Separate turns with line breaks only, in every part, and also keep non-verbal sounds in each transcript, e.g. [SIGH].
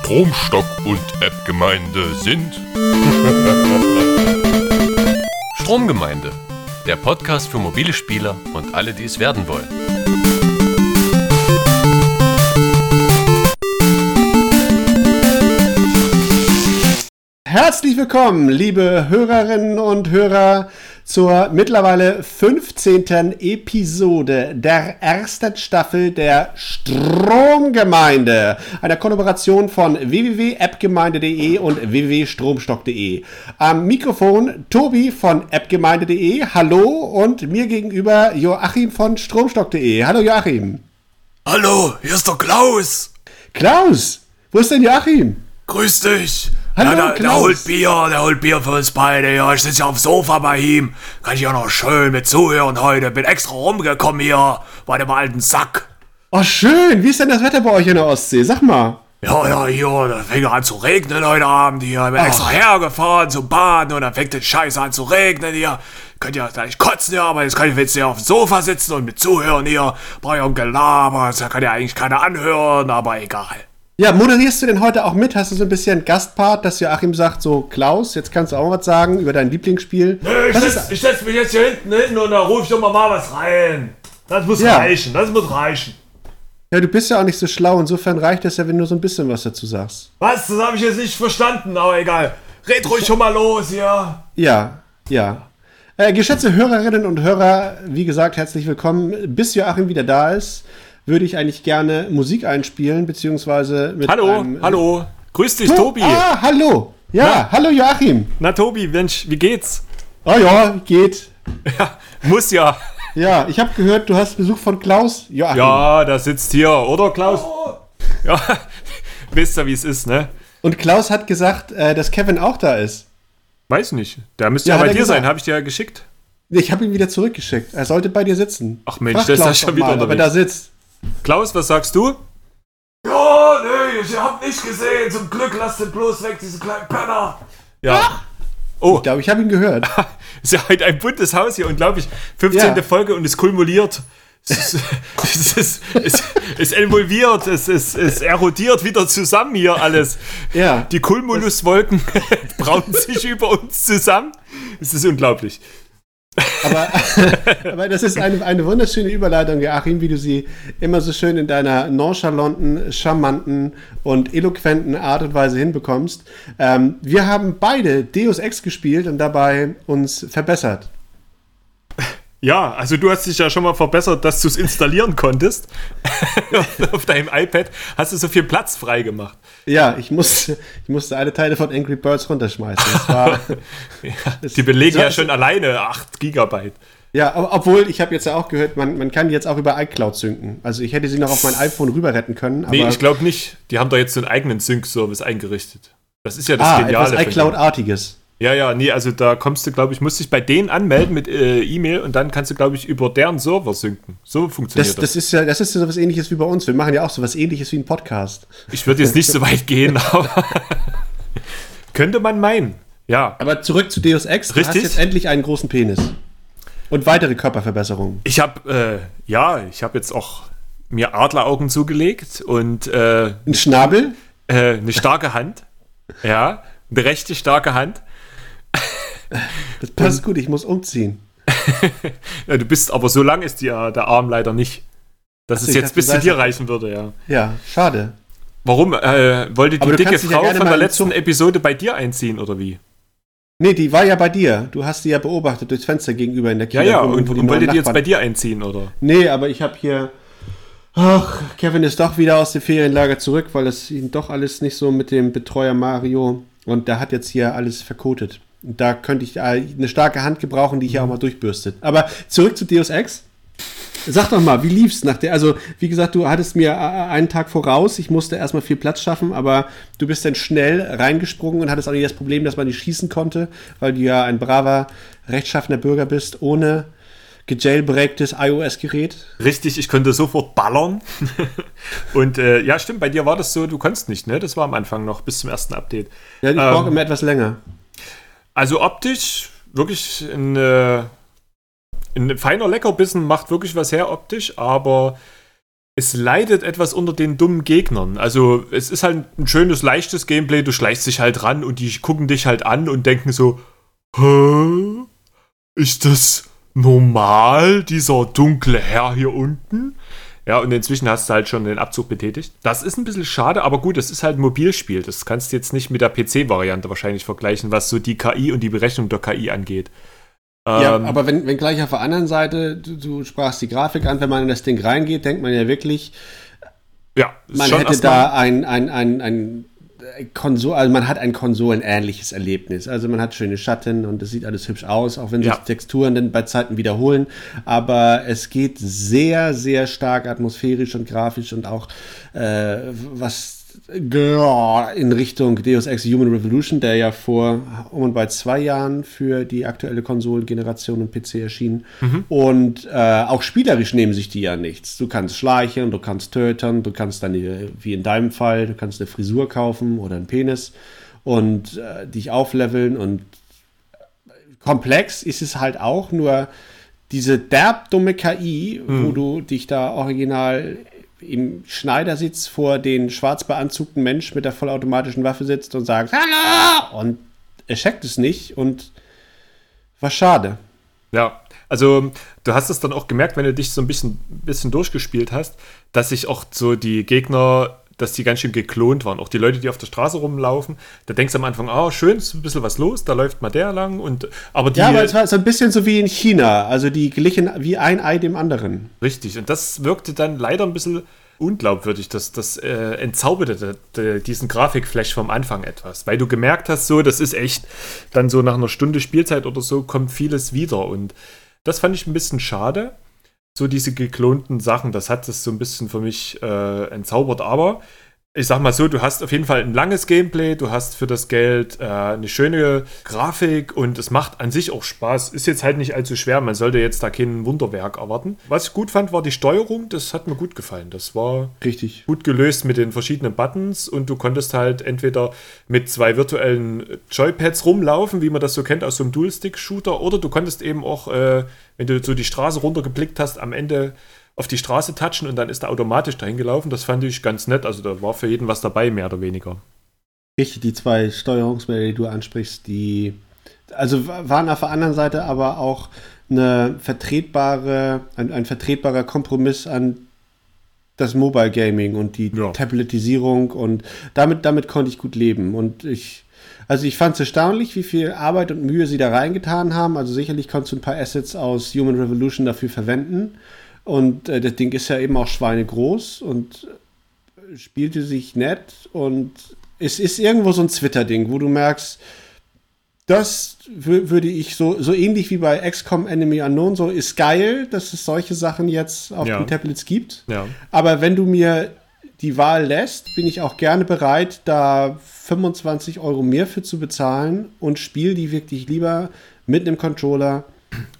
Stromstock und App-Gemeinde sind. Stromgemeinde, der Podcast für mobile Spieler und alle, die es werden wollen.
Herzlich willkommen, liebe Hörerinnen und Hörer, zur mittlerweile 15. Episode der ersten Staffel der Stromgemeinde, einer Kollaboration von www.appgemeinde.de E und www.stromstock.de. E. Am Mikrofon Tobi von appgemeinde.de, E. hallo und mir gegenüber Joachim von stromstock.de. E. Hallo Joachim.
Hallo, hier ist der Klaus.
Klaus, wo ist denn Joachim?
Grüß dich.
Hallo,
ja, der, der
Klaus.
holt Bier, der holt Bier für uns beide. Ja, ich sitze ja auf dem Sofa bei ihm. Kann ich ja noch schön mit zuhören heute. Bin extra rumgekommen hier bei dem alten Sack.
Oh schön, wie ist denn das Wetter bei euch in der Ostsee? Sag mal.
Ja, ja, hier, da fing an zu regnen heute Abend hier. Bin extra hergefahren zum Baden und dann fängt den Scheiß an zu regnen hier. Könnt ja gleich kotzen hier, aber jetzt kann ich jetzt hier auf dem Sofa sitzen und mit zuhören hier. Brauch ja ein Gelaber, das kann ja eigentlich keiner anhören, aber egal.
Ja, moderierst du denn heute auch mit? Hast du so ein bisschen Gastpart, dass Joachim sagt, so Klaus, jetzt kannst du auch was sagen über dein Lieblingsspiel?
Ich
Was
setz, ich setz mich jetzt hier hinten hin und da rufe ich doch mal mal was rein. Das muss
Ja.
reichen, das muss reichen.
ja, du bist ja auch nicht so schlau, insofern reicht es ja, wenn du so ein bisschen was dazu sagst.
Was? Das habe ich jetzt nicht verstanden, aber egal. Red ruhig schon mal los, ja.
Ja, ja. Äh, geschätzte Hörerinnen und Hörer, wie gesagt, herzlich willkommen. Bis Joachim wieder da ist, würde ich eigentlich gerne Musik einspielen, beziehungsweise mit
Hallo,
einem,
hallo. Grüß dich,
Oh,
Tobi.
Ah, hallo. Ja, hallo Joachim.
Na, Tobi, Mensch, wie geht's?
Oh ja, geht.
Muss ja.
Ja, ich habe gehört, du hast Besuch von Klaus. Joachim.
Ja, da sitzt hier, oder, Klaus? Ja, [LAUGHS] wisst ihr, wie es ist, ne?
Und Klaus hat gesagt, äh, dass Kevin auch da ist.
Weiß nicht. Der müsste
Ja,
ja,
hat
bei
er
dir
gesagt.
sein, habe ich dir ja geschickt.
Nee, Ich habe ihn wieder zurückgeschickt. Er sollte bei dir sitzen.
Ach Mensch, der ist
Klaus
ja schon
doch
wieder
mal, ob er
unterwegs.
da sitzt.
Klaus, was sagst du?
Ja, nee, ich hab nicht gesehen. Zum Glück lasst den bloß weg, diesen kleinen Penner.
Ja.
Ich glaube, ich habe ihn
[LAUGHS]
gehört.
Ist ja halt ein buntes Haus hier, unglaublich. 15.
Ja.
Folge und es kulmuliert. Es ist, [LAUGHS] es, ist, es, es involviert, es, es, es erodiert wieder zusammen hier alles.
Ja.
Die Kulmuluswolken [LAUGHS] brauen sich über uns zusammen. Es ist unglaublich.
Aber, [LAUGHS] aber das ist eine, eine wunderschöne Überleitung, Joachim, wie du sie immer so schön in deiner nonchalanten, charmanten und eloquenten Art und Weise hinbekommst. Ähm, wir haben beide Deus Ex gespielt und dabei uns verbessert.
Ja, also du hast dich ja schon mal verbessert, dass du es installieren konntest. [LAUGHS] Auf deinem iPad hast du so viel Platz frei gemacht.
Ja, ich musste, ich musste alle Teile von Angry Birds runterschmeißen. Das war,
[LAUGHS] Die belegen
so-
ja schon alleine 8 Gigabyte.
Ja, ob- obwohl, ich habe jetzt ja auch gehört, man, man kann die jetzt auch über iCloud synken. Also ich hätte sie noch auf mein iPhone rüber retten können, aber
Nee, ich glaube nicht. Die haben da jetzt so einen eigenen Sync-Service eingerichtet. Das ist ja das
ah,
Geniale.
etwas
von denen.
iCloud-artiges.
Ja, ja, nee, also da kommst du, glaube ich, musst dich bei denen anmelden mit äh, E-Mail und dann kannst du, glaube ich, über deren Server synken. So funktioniert
Das,
das.
das ist ja, das ist ja sowas ähnliches wie bei uns. Wir machen ja auch sowas ähnliches wie einen Podcast.
Ich würde jetzt nicht so weit gehen, [LAUGHS] aber könnte man meinen. Ja,
Aber zurück zu Deus Ex, du hast
Richtig.
jetzt endlich einen großen Penis. Und weitere Körperverbesserungen.
ich habe, äh, ja, ich habe jetzt auch mir Adleraugen zugelegt und äh, äh,
Ein Schnabel?
eine starke Hand. Ja, eine rechte starke Hand.
Das passt gut, ich muss umziehen.
Ja, du bist, aber so lang ist die, äh, der Arm leider nicht. Dass
Ach so,
es
ich
jetzt
dachte,
bis
du
zu
seist-
dir reichen würde, ja.
Ja, schade.
Warum? Äh, wollte
Aber
die
du
dicke
kannst dich ja
Frau
gerne
von
mal
der
in
letzten
Zukunft-
Episode bei dir einziehen, oder wie?
Nee, die war ja bei dir. Du hast die ja beobachtet durchs Fenster gegenüber in der
Ja,
Kita.
ja,
wo
und,
irgendwo die
und
neuen
wollte die jetzt
Nachbarn-
bei dir einziehen, oder?
Nee, aber ich habe hier. Ach, Kevin ist doch wieder aus dem Ferienlager zurück, weil es ihn doch alles nicht so mit dem Betreuer Mario und der hat jetzt hier alles verkotet. Und da könnte ich äh, eine starke Hand gebrauchen, die hier auch mal durchbürstet. Aber zurück zu Deus Ex. Sag doch mal, wie lief's nach der? Also, wie gesagt, du hattest mir äh, einen Tag voraus. Ich musste erstmal viel Platz schaffen, aber du bist dann schnell reingesprungen und hattest auch nicht das Problem, dass man nicht schießen konnte, weil du ja ein braver, rechtschaffener Bürger bist, ohne gejailbreaktes iOS-Gerät.
Richtig, ich konnte sofort ballern. [LAUGHS] und äh, ja, stimmt, bei dir war das so, du konntest nicht, ne? Das war am Anfang noch, bis zum ersten Update.
Ja, ich
Ähm,
brauche immer etwas länger.
Also optisch, wirklich ein, äh, ein feiner Leckerbissen, macht wirklich was her optisch, aber es leidet etwas unter den dummen Gegnern. Also es ist halt ein schönes, leichtes Gameplay. Du schleichst dich halt ran und die gucken dich halt an und denken so, Hä? Ist das normal, dieser dunkle Herr hier unten? Ja, und inzwischen hast du halt schon den Abzug betätigt. Das ist ein bisschen schade, aber gut, das ist halt ein Mobilspiel. Das kannst du jetzt nicht mit der PC-Variante wahrscheinlich vergleichen, was so die KI und die Berechnung der KI angeht.
Ja,
Ähm,
aber wenn, wenn gleich auf der anderen Seite, du, du sprachst die Grafik an, wenn man in das Ding reingeht, denkt man ja wirklich,
ja, ist
man
schon
hätte
erstmal-
da ein, ein, ein, ein Konsol, also man hat ein konsolenähnliches Erlebnis. Also man hat schöne Schatten und es sieht alles hübsch aus, auch wenn sich
Ja.
die Texturen dann bei Zeiten wiederholen. Aber es geht sehr, sehr stark atmosphärisch und grafisch und auch äh, was ja, in Richtung Deus Ex Human Revolution, der ja vor um und bei zwei Jahren für die aktuelle Konsolengeneration und PC erschien. Und äh, auch spielerisch nehmen sich die ja nichts. Du kannst schleichen, du kannst töten, du kannst dann, äh, wie in deinem Fall, du kannst eine Frisur kaufen oder einen Penis und äh, dich aufleveln und komplex ist es halt auch, nur diese derb dumme KI, wo du dich da original im Schneidersitz vor den schwarz beanzugten Mensch mit der vollautomatischen Waffe sitzt und sagst, Hallo! Und er checkt es nicht und war schade.
Ja, also du hast es dann auch gemerkt, wenn du dich so ein bisschen, bisschen durchgespielt hast, dass sich auch so die Gegner, dass die ganz schön geklont waren. Auch die Leute, die auf der Straße rumlaufen, da denkst du am Anfang, ah, schön, ist ein bisschen was los, da läuft mal der lang und aber die
Ja, aber es war so ein bisschen so wie in China. Also die glichen wie ein Ei dem anderen.
richtig. Und das wirkte dann leider ein bisschen unglaubwürdig. Das, das äh, entzauberte d- d- diesen Grafikflash vom Anfang etwas. Weil du gemerkt hast, so, das ist echt, dann so nach einer Stunde Spielzeit oder so kommt vieles wieder. Und das fand ich ein bisschen schade. so diese geklonten Sachen, das hat das so ein bisschen für mich äh, entzaubert. Aber ich sag mal so, du hast auf jeden Fall ein langes Gameplay, du hast für das Geld äh, eine schöne Grafik und es macht an sich auch Spaß. Ist jetzt halt nicht allzu schwer, man sollte jetzt da kein Wunderwerk erwarten. Was ich gut fand, war die Steuerung, das hat mir gut gefallen. Das war
Richtig.
gut gelöst mit den verschiedenen Buttons und du konntest halt entweder mit zwei virtuellen Joypads rumlaufen, wie man das so kennt aus so einem Dual-Stick-Shooter, oder du konntest eben auch, äh, wenn du so die Straße runtergeblickt hast, am Ende auf die Straße touchen und dann ist er automatisch dahin gelaufen. Das fand ich ganz nett. Also da war für jeden was dabei, mehr oder weniger.
Richtig, die zwei Steuerungsmelder, die du ansprichst, die also wa- waren auf der anderen Seite aber auch eine vertretbare, ein, ein vertretbarer Kompromiss an das Mobile Gaming und die
Ja.
Tabletisierung und damit, damit konnte ich gut leben. Und ich, also ich fand es erstaunlich, wie viel Arbeit und Mühe sie da reingetan haben. Also sicherlich konntest du ein paar Assets aus Human Revolution dafür verwenden. Und äh, das Ding ist ja eben auch schweinegroß und spielte sich nett und es ist irgendwo so ein Twitter-Ding, wo du merkst, das wü- würde ich so, so ähnlich wie bei XCOM Enemy Unknown, so ist geil, dass es solche Sachen jetzt auf
Ja.
den Tablets gibt.
Ja.
Aber wenn du mir die Wahl lässt, bin ich auch gerne bereit, da 25 Euro mehr für zu bezahlen und spiele die wirklich lieber mit einem Controller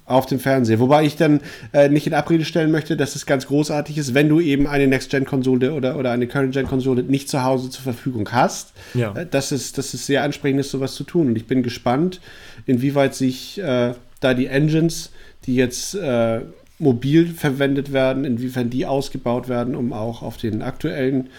auf dem Fernseher. Wobei ich dann äh, nicht in Abrede stellen möchte, dass es ganz großartig ist, wenn du eben eine Next-Gen-Konsole oder, oder eine Current-Gen-Konsole nicht zu Hause zur Verfügung hast.
Ja.
Äh, dass, es, dass es sehr ansprechend ist, sowas zu tun. Und ich bin gespannt, inwieweit sich äh, da die Engines, die jetzt äh, mobil verwendet werden, inwiefern die ausgebaut werden, um auch auf den aktuellen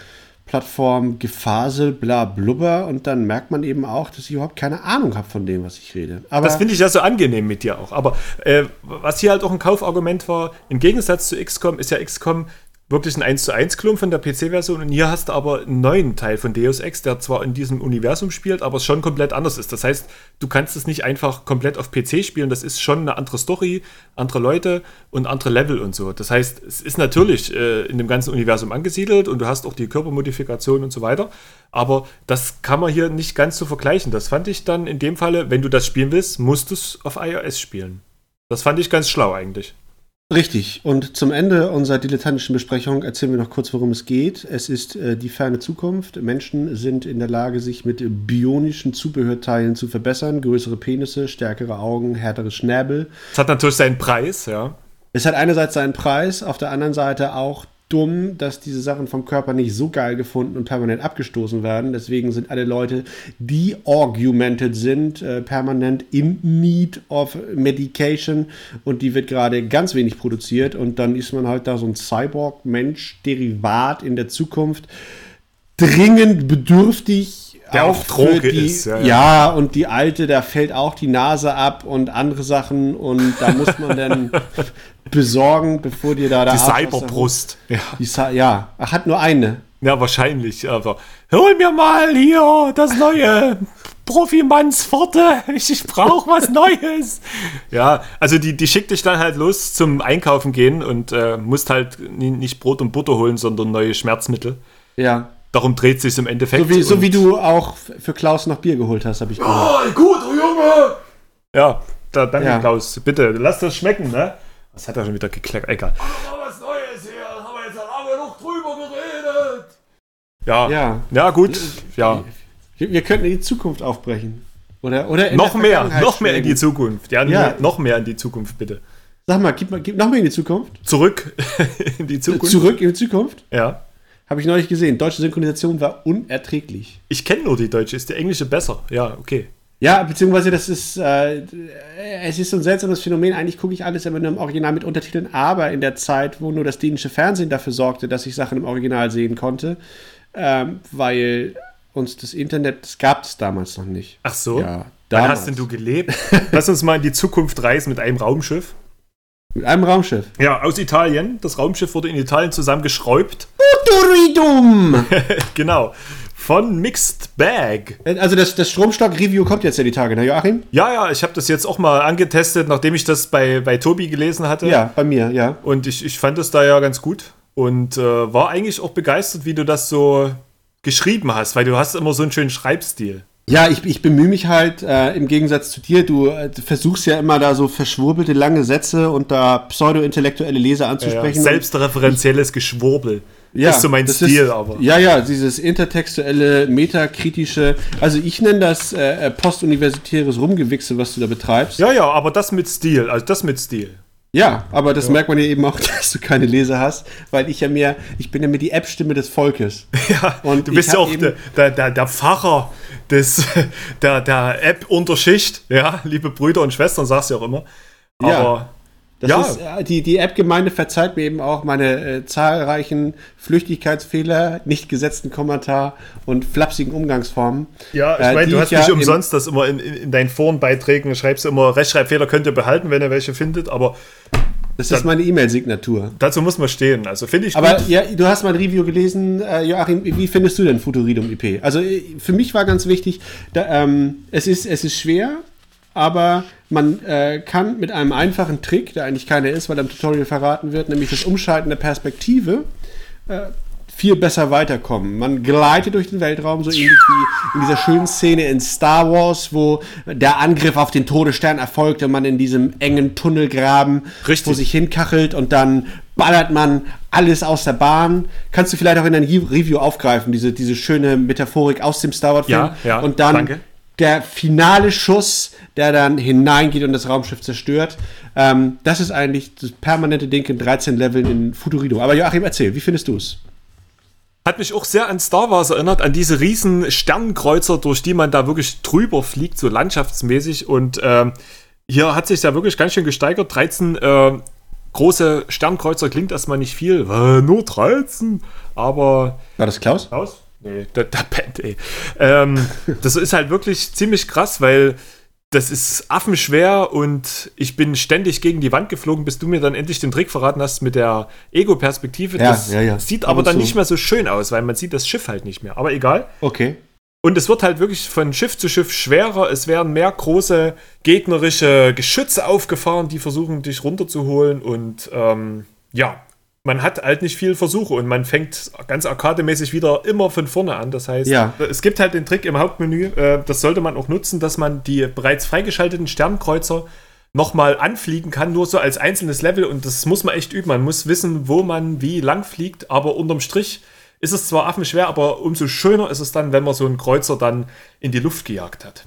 Plattformen Gefasel, bla blubber. Und dann merkt man eben auch, dass ich überhaupt keine Ahnung habe von dem, was ich rede. Aber
Das finde ich ja so angenehm mit dir auch. Aber äh, was hier halt auch ein Kaufargument war, im Gegensatz zu XCOM ist ja XCOM wirklich ein 1 zu 1 Klon von der PC-Version und hier hast du aber einen neuen Teil von Deus Ex, der zwar in diesem Universum spielt, aber es schon komplett anders ist. Das heißt, du kannst es nicht einfach komplett auf PC spielen, das ist schon eine andere Story, andere Leute und andere Level und so. Das heißt, es ist natürlich äh, in dem ganzen Universum angesiedelt und du hast auch die Körpermodifikation und so weiter, aber das kann man hier nicht ganz so vergleichen. Das fand ich dann in dem Falle, wenn du das spielen willst, musst du es auf iOS spielen. Das fand ich ganz schlau eigentlich.
Richtig. Und zum Ende unserer dilettantischen Besprechung erzählen wir noch kurz, worum es geht. Es ist äh, die ferne Zukunft. Menschen sind in der Lage, sich mit bionischen Zubehörteilen zu verbessern. Größere Penisse, stärkere Augen, härtere Schnäbel.
Es hat natürlich seinen Preis, ja.
Es hat einerseits seinen Preis, auf der anderen Seite auch dumm, dass diese Sachen vom Körper nicht so geil gefunden und permanent abgestoßen werden. Deswegen sind alle Leute, die augmented sind, äh, permanent in need of medication und die wird gerade ganz wenig produziert und dann ist man halt da so ein Cyborg-Mensch-Derivat in der Zukunft dringend bedürftig.
Der auf Droge
für die,
ist, ja,
ja,
ja.
und die alte, da fällt auch die Nase ab und andere Sachen und da muss man
[LAUGHS]
dann besorgen, bevor dir da der
Die
Arsch aus der-
Cyberbrust.
Die Cy- ja, er hat nur eine.
Ja, wahrscheinlich, aber hol mir mal hier das neue Profimannsforte. Ich, ich
[LAUGHS]
brauche was Neues. Ja, also die, die schickt dich dann halt los zum Einkaufen gehen und äh, musst halt ni- nicht Brot und Butter holen, sondern neue Schmerzmittel.
Ja.
Darum dreht sich im Endeffekt.
So wie, so
und-
wie du auch f- für Klaus noch Bier geholt hast, habe ich gehört.
Oh, gut, du Junge!
Ja, da, danke
Ja.
Klaus. Bitte, lass das schmecken, ne? Das hat er schon wieder gekleckt. Egal.
Mal was Neues hier, haben wir jetzt lange genug drüber geredet.
Ja,
Ja. Äh,
ja gut. Ja.
Wir, wir könnten in die Zukunft aufbrechen. Oder, oder in
Noch
der
mehr,
Vergangenheit
noch mehr in die
schwelgen.
Zukunft. Ja,
Ja.
noch mehr in die Zukunft, bitte.
Sag mal, gib, mal, gib noch mehr in die Zukunft.
Zurück [LAUGHS] in die Zukunft.
Zurück in die Zukunft.
Ja.
Habe ich neulich gesehen. Deutsche Synchronisation war unerträglich.
Ich kenne nur die deutsche, ist die englische besser? Ja, okay.
Ja, beziehungsweise das ist, äh, es ist so ein seltsames Phänomen. Eigentlich gucke ich alles immer nur im Original mit Untertiteln, aber in der Zeit, wo nur das dänische Fernsehen dafür sorgte, dass ich Sachen im Original sehen konnte, ähm, weil uns das Internet, das gab es damals noch nicht.
Ach so.
Ja,
Wann
damals.
hast denn du gelebt? [LAUGHS] Lass uns mal in die Zukunft reisen mit einem Raumschiff.
Mit einem Raumschiff.
Ja, aus Italien. Das Raumschiff wurde in Italien zusammengeschräubt.
Turidum!
genau. Von Mixed Bag.
Also das, das Stromstock-Review kommt jetzt ja die Tage, ne Joachim?
Ja, ja, ich habe das jetzt auch mal angetestet, nachdem ich das bei, bei Tobi gelesen hatte.
Ja, bei mir, ja.
Und ich, ich fand das da ja ganz gut. Und äh, war eigentlich auch begeistert, wie du das so geschrieben hast, weil du hast immer so einen schönen Schreibstil.
Ja, ich, ich bemühe mich halt, äh, im Gegensatz zu dir, du äh, versuchst ja immer da so verschwurbelte lange Sätze und da pseudo-intellektuelle Leser anzusprechen.
Selbstreferenzielles Geschwurbel.
ja,
ist so mein
das
Stil,
ist,
aber.
Ja, ja, dieses intertextuelle, metakritische, also ich nenne das äh, äh, postuniversitäres Rumgewichse, was du da betreibst.
Ja, ja, aber das mit Stil, also das mit Stil. [LAUGHS]
Ja, aber das merkt man ja eben auch, [LAUGHS] dass du keine Leser hast, weil ich ja mir, ich bin ja mir die App-Stimme des Volkes.
[LAUGHS] Ja,
Und
du bist
ich
ja
hab
auch
eben-
der, der, der, der Pfarrer des, [LAUGHS] der, der App-Unterschicht, ja, liebe Brüder und Schwestern, sagst du ja auch immer.
Ja.
Aber
Das
Ja.
ist, äh, die die App-Gemeinde verzeiht mir eben auch meine äh, zahlreichen Flüchtigkeitsfehler, nicht gesetzten Kommentar und flapsigen Umgangsformen.
ja, ich
Äh,
meine,
die
du hast
ja
nicht
im-
umsonst das immer in, in, in deinen Forenbeiträgen, schreibst du immer, Rechtschreibfehler könnt ihr behalten, wenn ihr welche findet, aber
Das ist meine E-Mail-Signatur.
dazu muss man stehen. Also finde ich
Aber
gut.
ja, du hast mein Review gelesen, äh, Joachim, wie findest du denn Futuridum EP? Also äh, für mich war ganz wichtig, da, ähm, es, ist, es ist schwer, aber man äh, kann mit einem einfachen Trick, der eigentlich keiner ist, weil am Tutorial verraten wird, nämlich das Umschalten der Perspektive, äh, viel besser weiterkommen. Man gleitet durch den Weltraum, so ähnlich wie in dieser schönen Szene in Star Wars, wo der Angriff auf den Todesstern erfolgt und man in diesem engen Tunnelgraben
Richtig.
wo sich hinkachelt und dann ballert man alles aus der Bahn. Kannst du vielleicht auch in dein Re- Review aufgreifen, diese, diese schöne Metaphorik aus dem Star Wars-Film.
Ja, ja,
und dann
danke.
der finale Schuss, der dann hineingeht und das Raumschiff zerstört. Ähm, das ist eigentlich das permanente Ding in 13 Leveln in Futurido. Aber Joachim, erzähl, wie findest du es?
Hat mich auch sehr an Star Wars erinnert, an diese riesen Sternenkreuzer, durch die man da wirklich drüber fliegt, so landschaftsmäßig. Und ähm, hier hat sich da wirklich ganz schön gesteigert. 13 äh, große Sternkreuzer klingt erstmal nicht viel. Äh, nur 13. Aber
War das Klaus?
aus? Nee, der, der pennt, ey.
[LAUGHS]
Ähm, das ist halt wirklich ziemlich krass, weil das ist affenschwer und ich bin ständig gegen die Wand geflogen, bis du mir dann endlich den Trick verraten hast mit der Ego-Perspektive.
Ja,
das
ja, ja.
sieht
Ab
aber
und
dann
zu.
nicht mehr so schön aus, weil man sieht das Schiff halt nicht mehr. Aber egal.
Okay.
Und es wird halt wirklich von Schiff zu Schiff schwerer. Es werden mehr große gegnerische Geschütze aufgefahren, die versuchen, dich runterzuholen. Und ähm, ja, man hat halt nicht viel Versuche und man fängt ganz arkademäßig wieder immer von vorne an. Das heißt,
Ja.
es gibt halt den Trick im Hauptmenü, äh, das sollte man auch nutzen, dass man die bereits freigeschalteten Sternkreuzer nochmal anfliegen kann, nur so als einzelnes Level. Und das muss man echt üben. Man muss wissen, wo man wie lang fliegt, aber unterm Strich ist es zwar affenschwer, aber umso schöner ist es dann, wenn man so einen Kreuzer dann in die Luft gejagt hat.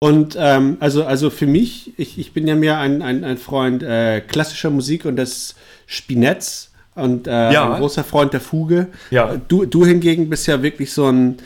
Und ähm, also, also für mich, ich, ich bin ja mehr ein, ein, ein Freund äh, klassischer Musik und des Spinetts. und äh,
Ja.
ein großer Freund der Fuge.
Ja.
Du, du hingegen bist ja wirklich so ein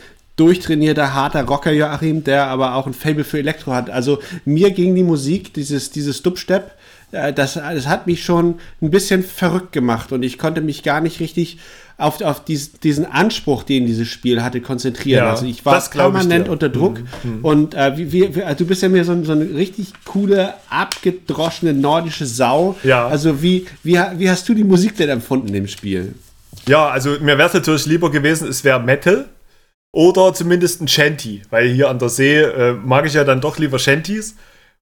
durchtrainierter, harter Rocker, Joachim, der aber auch ein Fable für Elektro hat. Also mir ging die Musik, dieses, dieses Dubstep, äh, das, das hat mich schon ein bisschen verrückt gemacht und ich konnte mich gar nicht richtig auf, auf dies, diesen Anspruch, den dieses Spiel hatte, konzentrieren.
Ja,
also ich war
das glaub ich
permanent
dir.
unter Druck
Mhm.
und äh, wie, wie, wie- du bist ja mir so, ein- so eine richtig coole, abgedroschene nordische Sau.
Ja.
Also wie, wie, wie hast du die Musik denn empfunden im Spiel?
Ja, also mir wäre es natürlich lieber gewesen, es wäre Metal oder zumindest ein Shanty, weil hier an der See äh, mag ich ja dann doch lieber Shanties.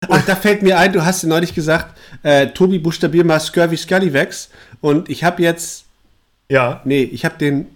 Ach, da fällt mir ein, du hast ja neulich gesagt, äh, Tobi, buchstabier mal Scurvy Scallywax. Und ich habe jetzt,
Ja.
nee, ich habe den,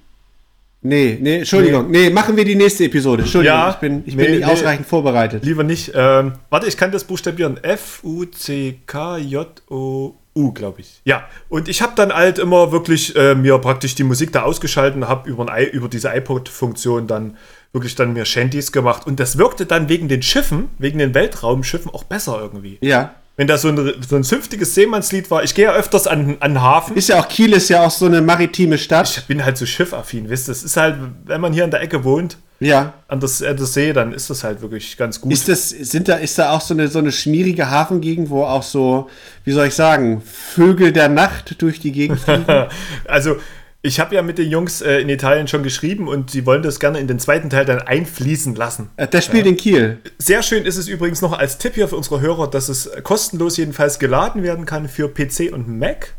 nee, nee, Entschuldigung, nee. machen wir die nächste Episode. Entschuldigung,
Ja,
ich bin, ich
nee,
bin nicht
nee.
ausreichend vorbereitet.
Lieber nicht. Ähm, warte, ich kann das buchstabieren. F-U-C-K-J-O-U, glaube ich. Ja, und ich habe dann halt immer wirklich äh, mir praktisch die Musik da ausgeschalten, habe über, ein i- über diese iPod-Funktion dann wirklich dann mir Shanties gemacht. Und das wirkte dann wegen den Schiffen, wegen den Weltraumschiffen auch besser irgendwie.
Ja.
Wenn da so ein, so ein zünftiges Seemannslied war, ich gehe ja öfters an, an den Hafen.
Ist ja auch, Kiel ist ja auch so eine maritime Stadt.
Ich bin halt so schiffaffin, wisst ihr. Es ist halt, wenn man hier an der Ecke wohnt,
Ja.
an der, an der See, dann ist das halt wirklich ganz gut.
Ist das, sind da, ist da auch so eine, so eine schmierige Hafengegend, wo auch so, wie soll ich sagen, Vögel der Nacht durch die
[LAUGHS]
Gegend fliegen?
Also, ich habe ja mit den Jungs äh, in Italien schon geschrieben und sie wollen das gerne in den zweiten Teil dann einfließen lassen.
Äh, Der spielt in Kiel.
Sehr schön ist es übrigens noch als Tipp hier für unsere Hörer, dass es kostenlos jedenfalls geladen werden kann für PC und Mac,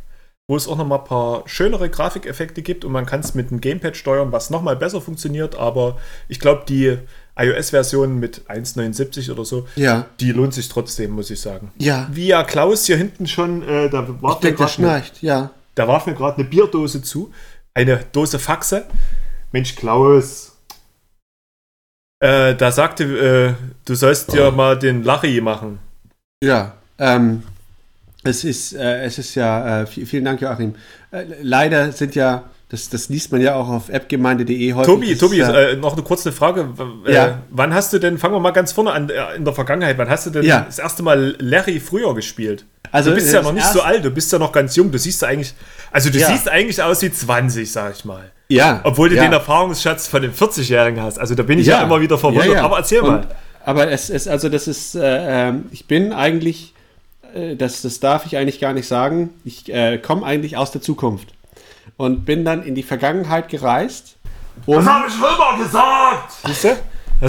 wo es auch nochmal ein paar schönere Grafikeffekte gibt und man kann es mit einem Gamepad steuern, was nochmal besser funktioniert, aber ich glaube, die iOS-Version mit 1,79 oder so,
Ja.
die lohnt sich trotzdem, muss ich sagen.
Ja.
Wie ja Klaus hier hinten schon, äh, da war
Ich denke, der schnarcht, ja.
da warf mir gerade eine Bierdose zu. Eine Dose Faxe. Mensch, Klaus. Äh, da sagte, äh, du sollst
Ah.
dir mal den Lachi machen.
Ja, ähm, es ist, äh, es ist ja, äh, vi- vielen Dank, Joachim. Äh, leider sind ja, das, das liest man ja auch auf appgemeinde.de häufig.
Tobi,
das
Tobi,
ist, äh,
äh, noch eine kurze Frage. W- Äh,
Ja.
Wann hast du denn, fangen wir mal ganz vorne an, äh, in der Vergangenheit, wann hast du denn
Ja.
das erste Mal Larry früher gespielt?
Also,
du bist ja
das
noch nicht
erste-
so alt, du bist ja noch ganz jung, du siehst ja eigentlich, also du
Ja.
siehst eigentlich aus wie 20, sag ich mal.
ja.
Obwohl du
ja.
den Erfahrungsschatz von dem 40-Jährigen hast. Also da bin ich ja, immer wieder verwundert.
Ja, ja.
Aber erzähl mal.
Und, aber es ist, also das ist, äh, ähm, ich bin eigentlich, äh, das, das darf ich eigentlich gar nicht sagen, ich äh, komme eigentlich aus der Zukunft und bin dann in die Vergangenheit gereist, um,
Das habe ich schon immer gesagt.
Hast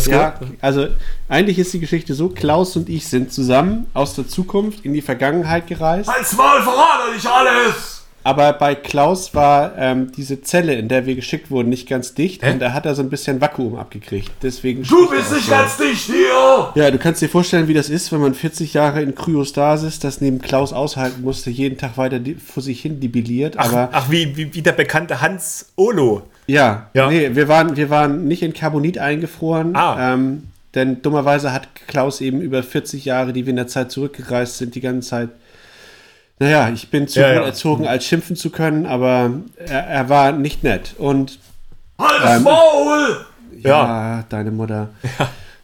du
ja,
gehört?
also eigentlich ist die Geschichte so, Klaus und ich sind zusammen aus der Zukunft in die Vergangenheit gereist.
Als Maul verrate ich alles.
Aber bei Klaus war ähm, diese Zelle, in der wir geschickt wurden, nicht ganz dicht und da hat er so ein bisschen Vakuum abgekriegt. Deswegen
Du
spricht er
bist
auch
nicht
so.
ganz dicht hier.
Ja, du kannst dir vorstellen, wie das ist, wenn man 40 Jahre in Kryostasis das neben Klaus aushalten musste, jeden Tag weiter di- vor sich hin debiliert. Aber
Ach, wie, wie, wie der bekannte Hans Olo.
ja,
Ja.
nee, wir waren, wir waren nicht in Carbonit eingefroren.
Ah.
Ähm, denn dummerweise hat Klaus eben über 40 Jahre, die wir in der Zeit zurückgereist sind, die ganze Zeit. Naja, ich bin zu
Ja,
gut
ja.
erzogen, als schimpfen zu können, aber er, er war nicht nett. Und
Halt
Ähm,
das Maul.
Ja, deine Mutter.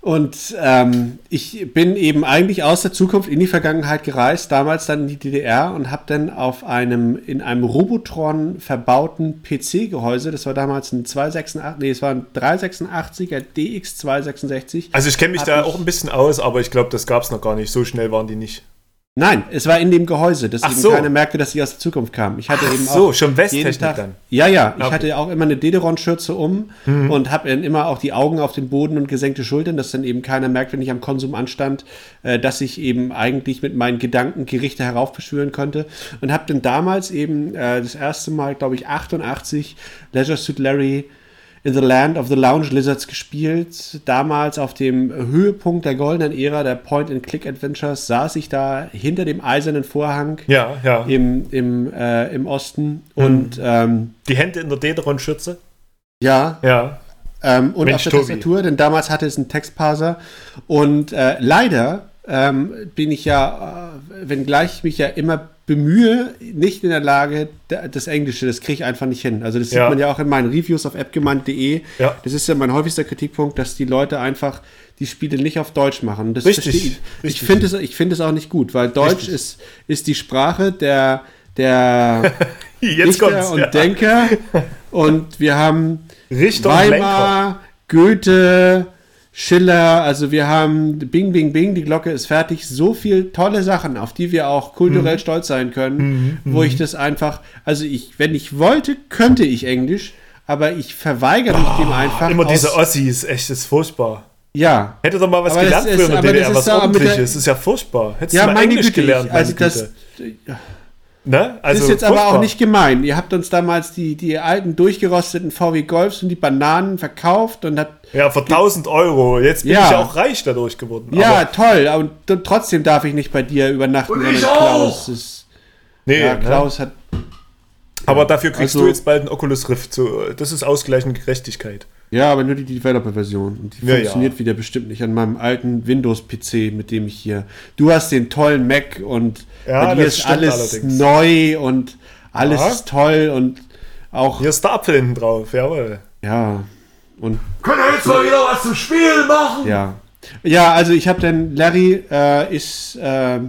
Und ähm, ich bin eben eigentlich aus der Zukunft in die Vergangenheit gereist, damals dann in die DDR und habe dann auf einem in einem Robotron verbauten PC-Gehäuse, das war damals ein 286, nee, es war ein 386er DX266.
Also ich kenne mich
Hab
da
ich-
auch ein bisschen aus, aber ich glaube, das gab es noch gar nicht. So schnell waren die nicht.
Nein, es war in dem Gehäuse, dass
Ach
eben
so.
keiner merkte, dass ich aus der Zukunft kam. Ich hatte
Ach
eben
so,
auch
schon Westtechnik
jeden Tag-
dann.
Ja, ja, ich
Okay. Mhm.
hatte auch immer eine Dederon-Schürze um und habe dann immer auch die Augen auf den Boden und gesenkte Schultern, dass dann eben keiner merkt, wenn ich am Konsum anstand, äh, dass ich eben eigentlich mit meinen Gedanken Gerichte heraufbeschwören konnte und habe dann damals eben äh, das erste Mal, glaube ich, 88 Leisure Suit Larry in the Land of the Lounge Lizards gespielt. Damals auf dem Höhepunkt der goldenen Ära der Point-and-Click-Adventures saß ich da hinter dem eisernen Vorhang
Ja, ja.
im, im, äh, im Osten und ähm,
Die Hände in der Dederon-Schürze.
ja,
Ja. [LAUGHS]
ähm, und
Mensch,
auf der
Tobi.
Tastatur, denn damals hatte es einen Textparser und äh, leider ähm, bin ich ja, äh, wenngleich ich mich ja immer bemühe, nicht in der Lage, da- das Englische, das kriege ich einfach nicht hin. Also das sieht
Ja.
man ja auch in meinen Reviews auf appgemeint.de.
Ja.
Das ist ja mein häufigster Kritikpunkt, dass die Leute einfach die Spiele nicht auf Deutsch machen. Das
Richtig,
verstehe ich. Ich
richtig.
finde es, ich finde es auch nicht gut, weil Deutsch ist, ist die Sprache der,
[LAUGHS]
der
Jetzt
Dichter
kommt's.
und
ja. [LAUGHS]
Denker. Und wir haben
Richter und Lenker.
Weimar, Goethe, Schiller, also wir haben Bing, Bing, Bing, die Glocke ist fertig. So viel tolle Sachen, auf die wir auch kulturell
Mhm.
stolz sein können, wo ich das einfach, also ich, wenn ich wollte, könnte ich Englisch, aber ich verweigere mich dem einfach.
Immer diese
aus,
Ossis, echt, das ist furchtbar.
ja.
Hätte doch mal was
Aber das
gelernt
ist-
früher in der
aber das
DDR,
ist
was
ja mit der-
ordentliches. Das ist ja furchtbar. Hättest
Ja,
du mal
meine
Englisch
Güte,
gelernt,
ich, also
meine
das,
Güte. Ne?
Das
Also
ist jetzt aber auch
furchtbar.
nicht gemein. Ihr habt uns damals die, die alten durchgerosteten VW Golfs und die Bananen verkauft und hat.
Ja, für 1000 Euro. Jetzt bin
Ja.
ich ja auch reich dadurch geworden.
Ja,
Aber,
toll. Und t- trotzdem darf ich nicht bei dir übernachten.
Und
sondern
ich
Klaus Ist,
nee,
ja,
ne?
Klaus hat.
aber dafür kriegst
Also-
du jetzt bald einen Oculus Rift. So, das ist ausgleichende Gerechtigkeit.
Ja, aber nur die Developer-Version. Und die
Ja,
funktioniert
ja.
wieder bestimmt nicht an meinem alten Windows-PC, mit dem ich hier. Du hast den tollen Mac und
Ja,
bei dir
das
ist
stimmt
alles
allerdings.
neu und alles
Ja.
ist toll und auch.
Hier ist der Apfel hinten drauf, jawohl.
ja. Und
Können wir jetzt mal wieder was zum Spielen machen?
Ja. Ja, also ich habe dann, Larry äh, ist, äh,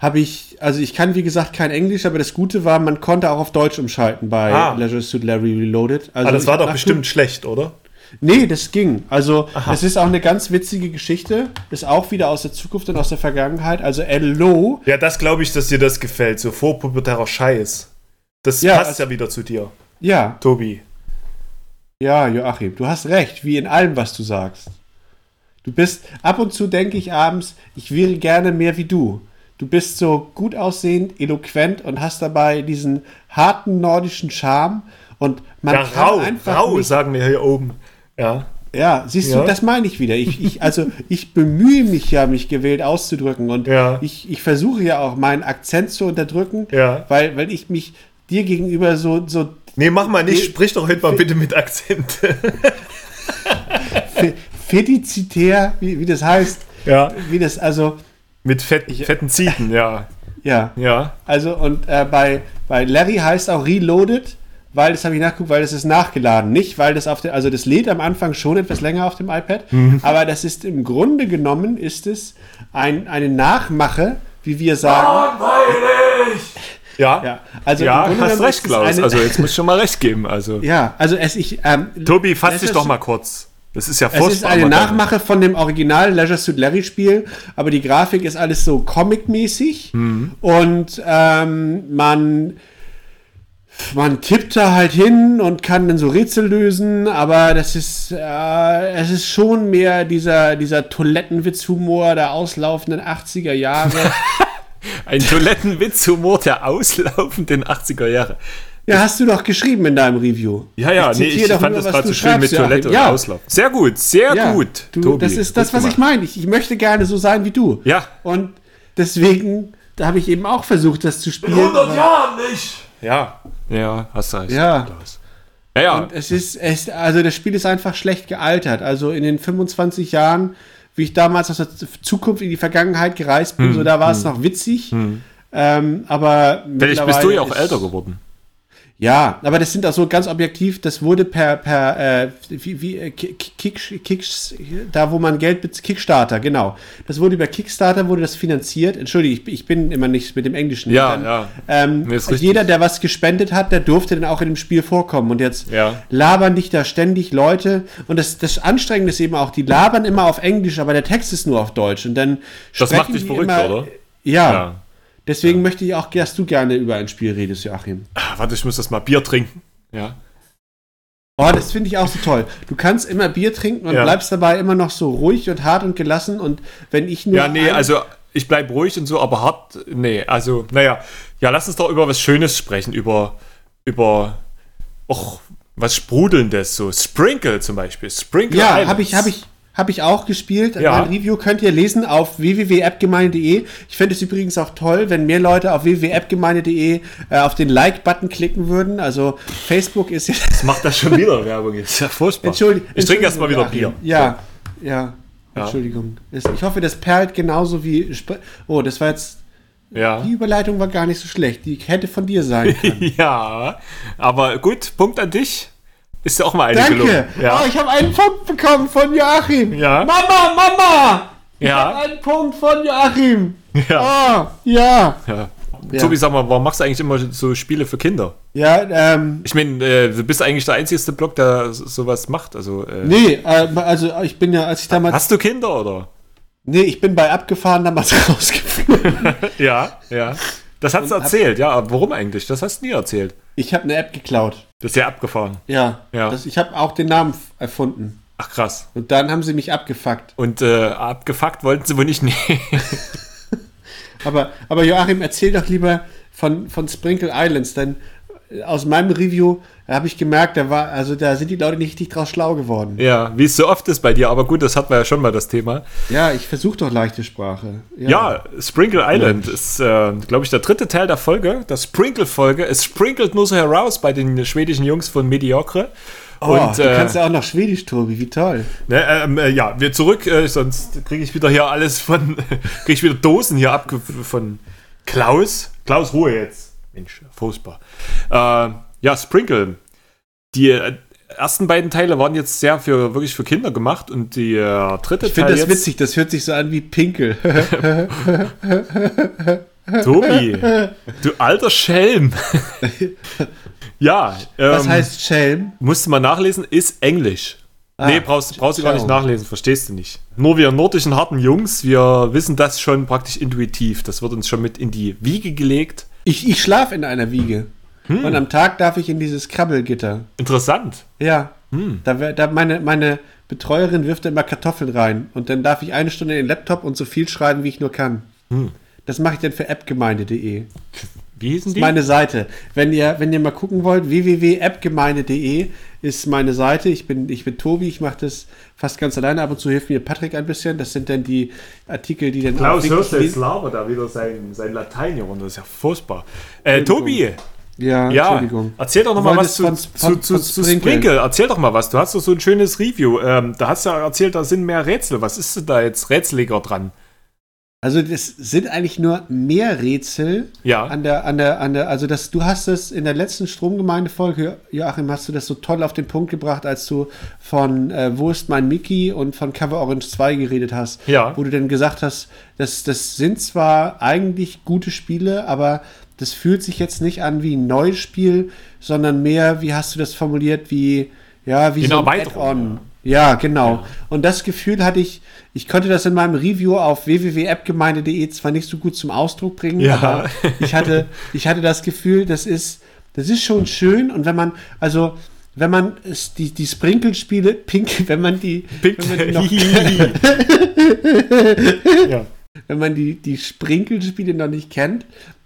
habe ich, also ich kann wie gesagt kein Englisch, aber das Gute war, man konnte auch auf Deutsch umschalten bei
Ah.
Leisure Suit Larry Reloaded. Also
Ah, das
ich
war
hab
doch
nach-
bestimmt schlecht, oder?
Nee, das ging. Also das ist auch eine ganz witzige Geschichte, ist auch wieder aus der Zukunft und aus der Vergangenheit. Also L.O.
Ja, das glaube ich, dass dir das gefällt. So vorpubertärer Scheiß. Das
Ja,
passt
also-
ja wieder zu dir,
Ja,
Tobi.
ja, Joachim, du hast recht, wie in allem, was du sagst. Du bist, ab und zu denke ich abends, ich wäre gerne mehr wie du. Du bist so gut aussehend, eloquent und hast dabei diesen harten nordischen Charme. Und man
Ja,
kann
rau,
einfach
rau,
nicht,
sagen wir hier oben. Ja.
ja, siehst
Ja.
du, das meine ich wieder. Ich, ich, also ich bemühe mich ja, mich gewählt auszudrücken und
Ja.
ich, ich versuche ja auch meinen Akzent zu unterdrücken,
Ja.
weil, weil ich mich dir gegenüber so, so
Nee, mach mal nicht.
Nee.
Sprich doch heute mal bitte
[LAUGHS]
mit Akzent.
fe- fedizitär, wie, wie das heißt,
ja.
wie das also
Mit fett, fetten Ziegen, ja.
Ja.
Ja.
Also und äh, bei, bei Larry heißt auch Reloaded, weil das habe ich nachgeguckt, weil das ist nachgeladen. Nicht, weil das auf der, also das lädt am Anfang schon etwas länger auf dem iPad,
Mhm.
aber das ist im Grunde genommen ist es ein, eine Nachmache, wie wir sagen.
Langweilig!
Ja.
Ja, also im
ja,
Grunde
hast
genommen
recht,
ist es
Klaus.
eine-
also jetzt muss ich schon mal recht
[LAUGHS]
geben. Also.
Ja, also es ich ähm,
Tobi, fass
es
dich
ist-
doch mal kurz. Das ist ja
Es ist eine
Mann.
Nachmache von dem Original Leisure Suit Larry Spiel, aber die Grafik ist alles so comic-mäßig
Mhm.
und ähm, man, man tippt da halt hin und kann dann so Rätsel lösen, aber das ist, äh, es ist schon mehr dieser, dieser Toilettenwitz-Humor der auslaufenden 80er
[LAUGHS]
Jahre.
Ein Toilettenwitz-Humor der auslaufenden 80er Jahre.
ja, hast du doch geschrieben in deinem Review.
Ja, ja,
Ich
nee,
zitiere
ich
doch
fand
nur,
das
was
gerade
du
so schön mit
schreibst, Joachim.
Toilette
Ja.
und Auslauf. Sehr gut, sehr
Ja,
gut.
Du,
Tobi,
das ist das,
gut
was ich
gemacht.
meine. Ich, ich möchte gerne so sein wie du.
Ja.
Und deswegen da habe ich eben auch versucht, das zu
In
spielen.
100
aber-
Jahren nicht!
Ja. Ja, hast du recht.
Ja.
Klaus. Ja, ja.
Und äh, es ist, es, also das Spiel ist einfach schlecht gealtert. Also in den 25 Jahren, wie ich damals aus der Z- Zukunft in die Vergangenheit gereist
Hm,
bin, so da war es noch witzig. Ähm, aber
Vielleicht bist du
mittlerweile
ja auch
ist-
älter geworden.
Ja, aber das sind auch so ganz objektiv, das wurde per, per äh, wie, wie, äh, Ki- Ki- Kick, Kicks, da wo man Geld bez- Kickstarter, genau. Das wurde über Kickstarter, wurde das finanziert. Entschuldige, ich, ich bin immer nicht mit dem Englischen.
Ja,
Dann,
ja.
Ähm,
Nee, ist richtig.
jeder, der was gespendet hat, der durfte dann auch in dem Spiel vorkommen. Und jetzt
Ja.
labern dich da ständig Leute. Und das, das Anstrengende ist eben auch, die labern immer auf Englisch, aber der Text ist nur auf Deutsch. Und dann
Das macht
sprechen
dich
die
verrückt,
immer-
oder?
Ja.
Ja.
Deswegen möchte ich auch, dass du gerne über ein Spiel redest, Joachim.
Ah, warte, ich muss das mal Bier trinken. Ja.
Oh, das finde ich auch so toll. Du kannst immer Bier trinken und
Ja.
bleibst dabei immer noch so ruhig und hart und gelassen. Und wenn ich nur.
Ja, nee,
ein-
also ich bleib ruhig und so, aber hart, nee, also, naja. Ja, lass uns doch über was Schönes sprechen, über, über, och, was Sprudelndes, so Sprinkle zum Beispiel, Sprinkle
Ja,
Islands.
habe ich, habe ich, habe ich auch gespielt.
Ja.
Mein Review könnt ihr lesen auf www.appgemeinde.de. Ich fände es übrigens auch toll, wenn mehr Leute auf www.appgemeinde.de äh, auf den Like-Button klicken würden. Also, Facebook ist
[LAUGHS]
ja.
Das macht das schon wieder Werbung, jetzt. ist ja furchtbar.
Entschuldigung.
ich trinke erst mal wieder
Entschuldigung,
Bier.
Joachim. Ja, ja. Entschuldigung. Es- Ich hoffe, das perlt genauso wie. Sp- Oh, das war jetzt.
Ja.
Die Überleitung war gar nicht so schlecht. Die hätte von dir
[LAUGHS]
sein können.
Ja, aber gut, Punkt an dich. Ist ja auch mal eine gelungen.
Danke.
Ja.
Oh, ich habe einen Punkt bekommen von Joachim.
Ja.
Mama, Mama. Ich
Ja.
habe einen Punkt von Joachim.
ja.
Ah, ja.
ja.
Ja.
Tobi, sag mal, warum machst du eigentlich immer so Spiele für Kinder?
Ja, ähm,
Ich meine, äh, du bist eigentlich der einzigste Blog, der so- sowas macht. Also, äh,
nee, äh, also ich bin ja, als ich damals.
hast du Kinder oder?
Nee, ich bin bei abgefahren damals [LAUGHS] rausgeflogen.
Ja, ja. Das hast du erzählt, ja. Aber warum eigentlich? Das hast du nie erzählt.
Ich habe eine App geklaut.
Das ist ja abgefahren.
Ja.
Ja.
Das, ich habe auch den Namen f- erfunden.
Ach krass.
Und dann haben sie mich abgefuckt.
Und äh, abgefuckt wollten sie wohl nicht [LAUGHS] nehmen.
Aber, aber Joachim, erzähl doch lieber von, von Sprinkle Islands, denn äh, aus meinem Review habe ich gemerkt, da war, also da sind die Leute nicht richtig draus schlau geworden.
ja, wie es so oft ist bei dir. Aber gut, das hatten wir ja schon mal das Thema.
Ja, ich versuche doch leichte Sprache.
Ja, Sprinkle Island ist, äh, glaube ich, der dritte Teil der Folge, der Sprinkle-Folge. Es sprinkelt nur so heraus bei den schwedischen Jungs von Mediocre.
Oh,
und,
du
äh,
kannst ja auch noch Schwedisch, Tobi, wie toll.
ne, ähm, äh, ja, wir zurück, äh, sonst kriege ich wieder hier alles von, [LAUGHS] kriege ich wieder Dosen hier ab von Klaus. Klaus, Ruhe jetzt. Mensch, furchtbar. Äh, ja, Sprinkle. Die äh, ersten beiden Teile waren jetzt sehr für, wirklich für Kinder gemacht und die äh, dritte
Ich finde das
jetzt-
witzig, das hört sich so an wie
[LAUGHS]
Pinkel. [LAUGHS]
Tobi, du alter Schelm. ja, ähm,
Das heißt Schelm.
musste man nachlesen, ist Englisch.
Ah,
nee, brauchst, brauchst du gar nicht
schau.
nachlesen, verstehst du nicht. Nur wir nordischen harten Jungs, wir wissen das schon praktisch intuitiv. Das wird uns schon mit in die Wiege gelegt.
Ich, ich schlafe in einer Wiege.
Hm.
Und am Tag darf ich in dieses Krabbelgitter.
Interessant.
Ja.
Hm.
Da, wär- da meine, meine Betreuerin wirft da immer Kartoffeln rein. Und dann darf ich eine Stunde in den Laptop und so viel schreiben, wie ich nur kann.
Hm.
Das mache ich dann für appgemeinde.de.
Wie hießen die?
Meine Seite. Wenn ihr, wenn ihr mal gucken wollt, www.appgemeinde.de ist meine Seite. Ich bin, ich bin Tobi, ich mache das fast ganz alleine. Ab und zu hilft mir Patrick ein bisschen. Das sind dann die Artikel, die dann auch wirklich li-
Lava da wieder sein, sein Latein hier runter? Das ist ja furchtbar. Äh, Tobi,
Ja,
ja,
Entschuldigung.
erzähl doch noch
Du
mal was
wolltest
zu,
von-
zu,
von-
zu,
von
zu
Sprinkle.
Sprinkle. Erzähl doch mal was. Du hast doch so ein schönes Review. Ähm, da hast du ja erzählt, da sind mehr Rätsel. Was ist denn da jetzt rätseliger dran?
Also das sind eigentlich nur mehr Rätsel
Ja.
an der, an der, an der, also das, du hast es in der letzten Stromgemeindefolge, Joachim, hast du das so toll auf den Punkt gebracht, als du von äh, Wo ist mein Mickey und von Cover Orange 2 geredet hast.
Ja.
Wo du dann gesagt hast, das, das sind zwar eigentlich gute Spiele, aber das fühlt sich jetzt nicht an wie ein neues Spiel, sondern mehr, wie hast du das formuliert, wie, ja, wie
Wie eine
so ein
Erweiterung,
Add-on. Ja, genau. Und das Gefühl hatte ich, ich konnte das in meinem Review auf www.appgemeinde.de zwar nicht so gut zum Ausdruck bringen,
Ja.
aber ich hatte, ich hatte das Gefühl, das ist, das ist schon schön. Und wenn man, also, wenn man es- die, die Sprinkelspiele, pink, [LAUGHS] wenn man die, wenn man die noch
[LAUGHS]
[LAUGHS]
ja.
wenn man die, die Sprinkelspiele noch nicht kennt,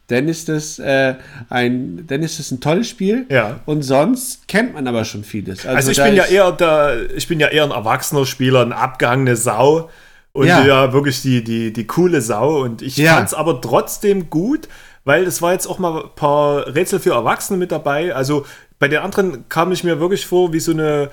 dann ist das äh, ein, dann ist das ein tolles Spiel.
Ja.
Und sonst kennt man aber schon vieles.
Also ich
da
bin ja
ist-
eher der, ich bin ja eher ein erwachsener Spieler, ein abgehangene Sau und ja,
Ja.
wirklich die, die, die coole Sau. Und ich
Ja.
fand's aber trotzdem gut, weil es war jetzt auch mal ein paar Rätsel für Erwachsene mit dabei. Also bei den anderen kam ich mir wirklich vor wie so eine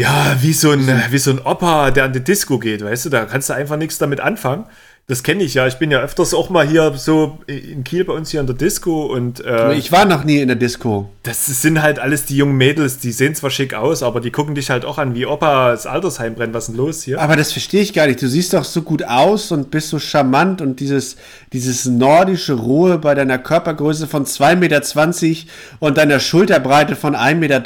ja, wie so ein, wie so ein Opa, der an die Disco geht, weißt du, da kannst du einfach nichts damit anfangen. Das kenne ich ja. Ich bin ja öfters auch mal hier so in Kiel bei uns hier an der Disco und äh,
Ich war noch nie in der Disco.
das sind halt alles die jungen Mädels, die sehen zwar schick aus, aber die gucken dich halt auch an, wie Opa das Altersheim brennt. Was ist denn los hier?
Aber das verstehe ich gar nicht. Du siehst doch so gut aus und bist so charmant und dieses, dieses nordische Ruhe bei deiner Körpergröße von 2,20 Meter und deiner Schulterbreite von 1,30 Meter.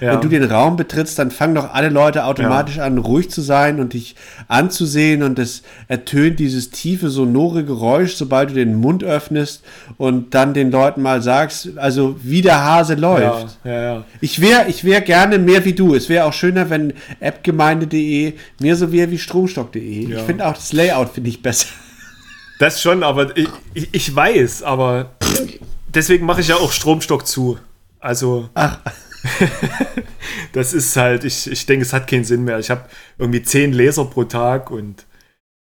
Ja.
Wenn du den Raum betrittst, dann fangen doch alle Leute automatisch an, ruhig zu sein und dich anzusehen und es ertönt dieses tiefe, sonore Geräusch, sobald du den Mund öffnest und dann den Leuten mal sagst, also wie der Hase läuft.
ja, ja, ja.
Ich wäre ich wär gerne mehr wie du. Es wäre auch schöner, wenn appgemeinde.de mir so wäre wie stromstock.de. Ich finde auch das Layout finde ich besser.
Das schon, aber ich, ich, ich weiß, aber deswegen mache ich ja auch Stromstock zu. Also. Ach. [LAUGHS] das ist halt, ich, ich denke, es hat keinen Sinn mehr. Ich habe irgendwie zehn Leser pro Tag und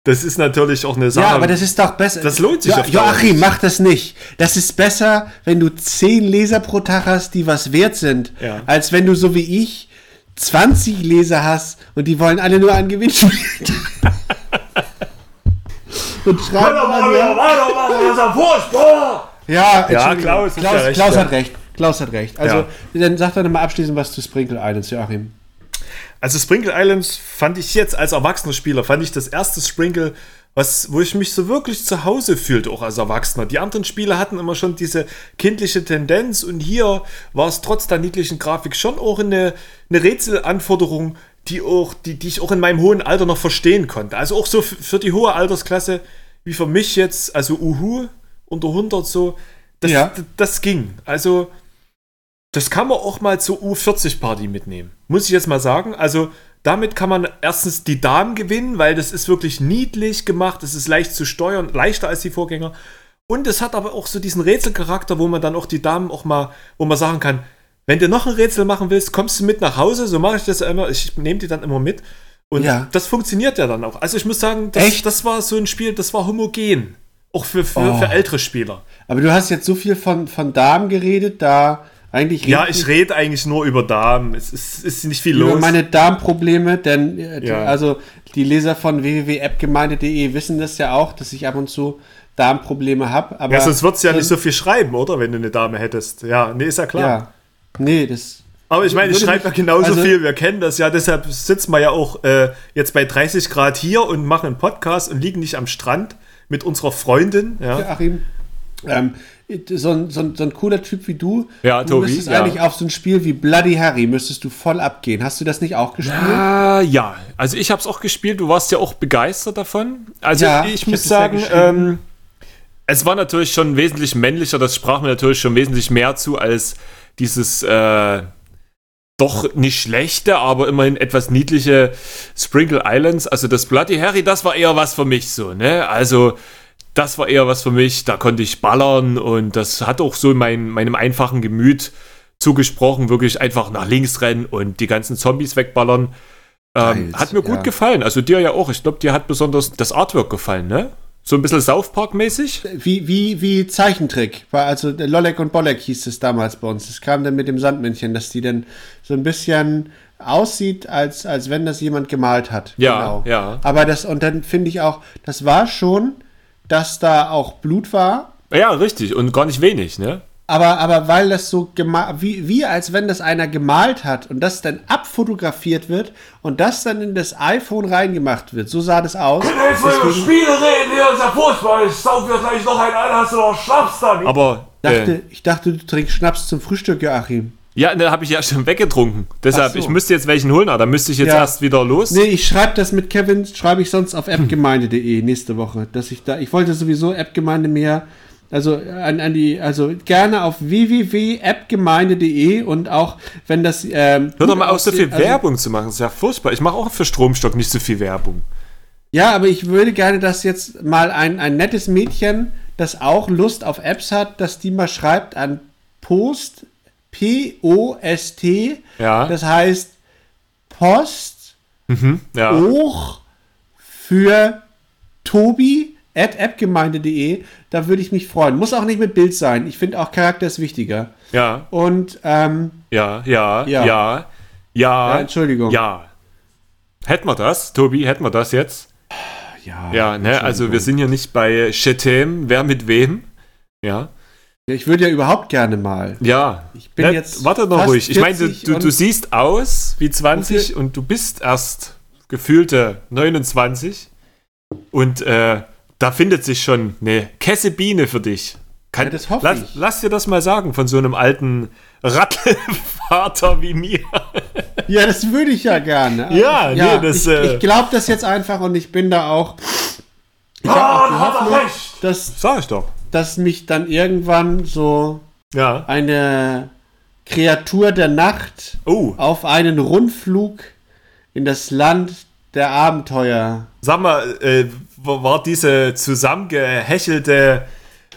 das ist natürlich auch eine Sache.
[LAUGHS] Ja, aber das ist doch besser.
das lohnt sich
jo
auf Dauer
Joachim,
nicht.
mach das nicht. Das ist besser, wenn du zehn Leser pro Tag hast, die was wert sind,
Ja.
als wenn du so wie ich 20 Leser hast und die wollen alle nur an [LAUGHS] Gewinnspiel. und
Mann,
schreiben dann,
ja,
ja,
weitermachen, das ist ja furchtbar.
ja, Entschuldigung.
Klaus hat ja
Klaus,
recht,
Klaus
ja.
hat recht. Klaus hat recht. Also,
Ja.
dann sag doch nochmal abschließend was zu Sprinkle Islands, Joachim.
Also Sprinkle Islands fand ich jetzt als erwachsener Spieler, fand ich das erste Sprinkle was, wo ich mich so wirklich zu Hause fühlte, auch als Erwachsener. Die anderen Spiele hatten immer schon diese kindliche Tendenz und hier war es trotz der niedlichen Grafik schon auch eine, eine Rätselanforderung, die, auch, die, die ich auch in meinem hohen Alter noch verstehen konnte. Also auch so f- für die hohe Altersklasse, wie für mich jetzt, also Uhu unter 100 so, das,
Ja.
d- das ging. Also das kann man auch mal zur U40-Party mitnehmen. Muss ich jetzt mal sagen. Also damit kann man erstens die Damen gewinnen, weil das ist wirklich niedlich gemacht, es ist leicht zu steuern, leichter als die Vorgänger. Und es hat aber auch so diesen Rätselcharakter, wo man dann auch die Damen auch mal, wo man sagen kann, wenn du noch ein Rätsel machen willst, kommst du mit nach Hause, so mache ich das immer, ich nehme die dann immer mit. Und
Ja.
das funktioniert ja dann auch. Also ich muss sagen, das,
Echt?
das war so ein Spiel, das war homogen. Auch für, für,
Oh.
für ältere Spieler.
Aber du hast jetzt so viel von, von Damen geredet, da eigentlich
Ja,
reden
ich rede eigentlich nur über Damen. Es ist, ist nicht viel
über
los.
meine Darmprobleme, denn äh, die-
Ja.
also die Leser von www.appgemeinde.de E wissen das ja auch, dass ich ab und zu Darmprobleme habe. Aber
ja, sonst würdest du ja nicht so viel schreiben, oder? Wenn du eine Dame hättest. Ja, nee, ist ja klar.
Ja. Nee, das.
Aber ich meine, ich
Würde
schreibe ja
mich-
genauso
also-
viel. Wir kennen das ja. Deshalb sitzen wir ja auch äh, jetzt bei 30 Grad hier und machen einen Podcast und liegen nicht am Strand mit unserer Freundin. Ja, ja.
Achim, ähm, so, ein, so, ein, so ein cooler Typ wie du,
Ja,
du
Tobi,
müsstest
ja.
eigentlich auf so ein Spiel wie Bloody Harry müsstest du voll abgehen. Hast du das nicht auch gespielt?
Ah, ja. Also ich habe es auch gespielt. Du warst ja auch begeistert davon. Also
Ja,
ich,
ich
muss
hab das ja
sagen,
geschrieben.
ähm, es war natürlich schon wesentlich männlicher. Das sprach mir natürlich schon wesentlich mehr zu als dieses äh, doch nicht schlechte, aber immerhin etwas niedliche Sprinkle Islands. Also das Bloody Harry, das war eher was für mich so. Ne? Also das war eher was für mich. Da konnte ich ballern und das hat auch so mein, meinem einfachen Gemüt zugesprochen, wirklich einfach nach links rennen und die ganzen Zombies wegballern.
Geil,
Ähm, hat mir gut
ja.
gefallen. Also dir ja auch. Ich glaube, dir hat besonders das Artwork gefallen, ne? So ein bisschen South Park-mäßig.
Wie, wie, wie Zeichentrick. War also der Lollek und Bollek hieß es damals bei uns. Es kam dann mit dem Sandmännchen, dass die dann so ein bisschen aussieht, als, als wenn das jemand gemalt hat. Genau.
Ja, ja.
Aber das, und dann finde ich auch, das war schon, dass da auch Blut war,
Ja, richtig. Und gar nicht wenig, ne?
aber, aber weil das so gemalt, wie, wie als wenn das einer gemalt hat und das dann abfotografiert wird und das dann in das iPhone reingemacht wird. So sah das aus.
Wenn wir jetzt mal über Spiele reden, hier unser Fußball, ich saug mir gleich noch einen an, hast du noch Schnaps ne? dann.
Aber. äh,
Dachte, ich dachte, du trinkst Schnaps zum Frühstück, Joachim.
Ja, den habe ich ja schon weggetrunken. Deshalb,
Ach so.
ich müsste jetzt welchen holen, aber da müsste ich jetzt
Ja.
erst wieder los.
Nee, ich schreibe das mit Kevin, schreibe ich sonst
Hm.
auf appgemeinde.de nächste Woche, dass ich da, ich wollte sowieso appgemeinde mehr, also an, an die, also gerne auf www.appgemeinde.de und auch wenn das, ähm,
Hör doch mal auf, so viel
also-
Werbung zu machen. Das ist ja furchtbar. Ich mache auch für Stromstock nicht so viel Werbung.
Ja, aber ich würde gerne, dass jetzt mal ein, ein nettes Mädchen, das auch Lust auf Apps hat, dass die mal schreibt an Post, P-O-S-T,
Ja.
das heißt Post,
Ja.
Oh. auch für Tobi at appgemeinde.de. Da würde ich mich freuen. Muss auch nicht mit Bild sein. Ich finde auch Charakter ist wichtiger.
Ja,
Und ähm,
ja, ja, ja,
Ja.
ja,
ja, Entschuldigung.
Ja. Hätten wir das, Tobi, hätten wir das jetzt?
ja,
Ja, ne, also wir sind hier nicht bei Chetem, wer mit wem? Ja,
Ich würde ja überhaupt gerne mal.
ja.
Ich bin
ne,
jetzt
Warte noch
fast
ruhig. Ich meine, du,
40
du, du
und-
siehst aus wie 20
viel-
und du bist erst gefühlte 29. Und äh, da findet sich schon eine Kessebiene für dich. Kann,
Ja, das hoffe
lass,
ich.
lass dir das mal sagen von so einem alten Rattelvater wie mir.
Ja, das würde ich ja gerne.
Ja, nee, das,
ich,
äh,
ich glaube das jetzt einfach und ich bin da auch. Ich hab ne?
Ah,
auch
da hat
die
er
Hoffnung,
recht.
dass,
Sag ich doch.
dass mich dann irgendwann so
Ja.
eine Kreatur der Nacht
Oh,
auf einen Rundflug in das Land der Abenteuer.
sag mal, äh, w- war diese zusammengehächelte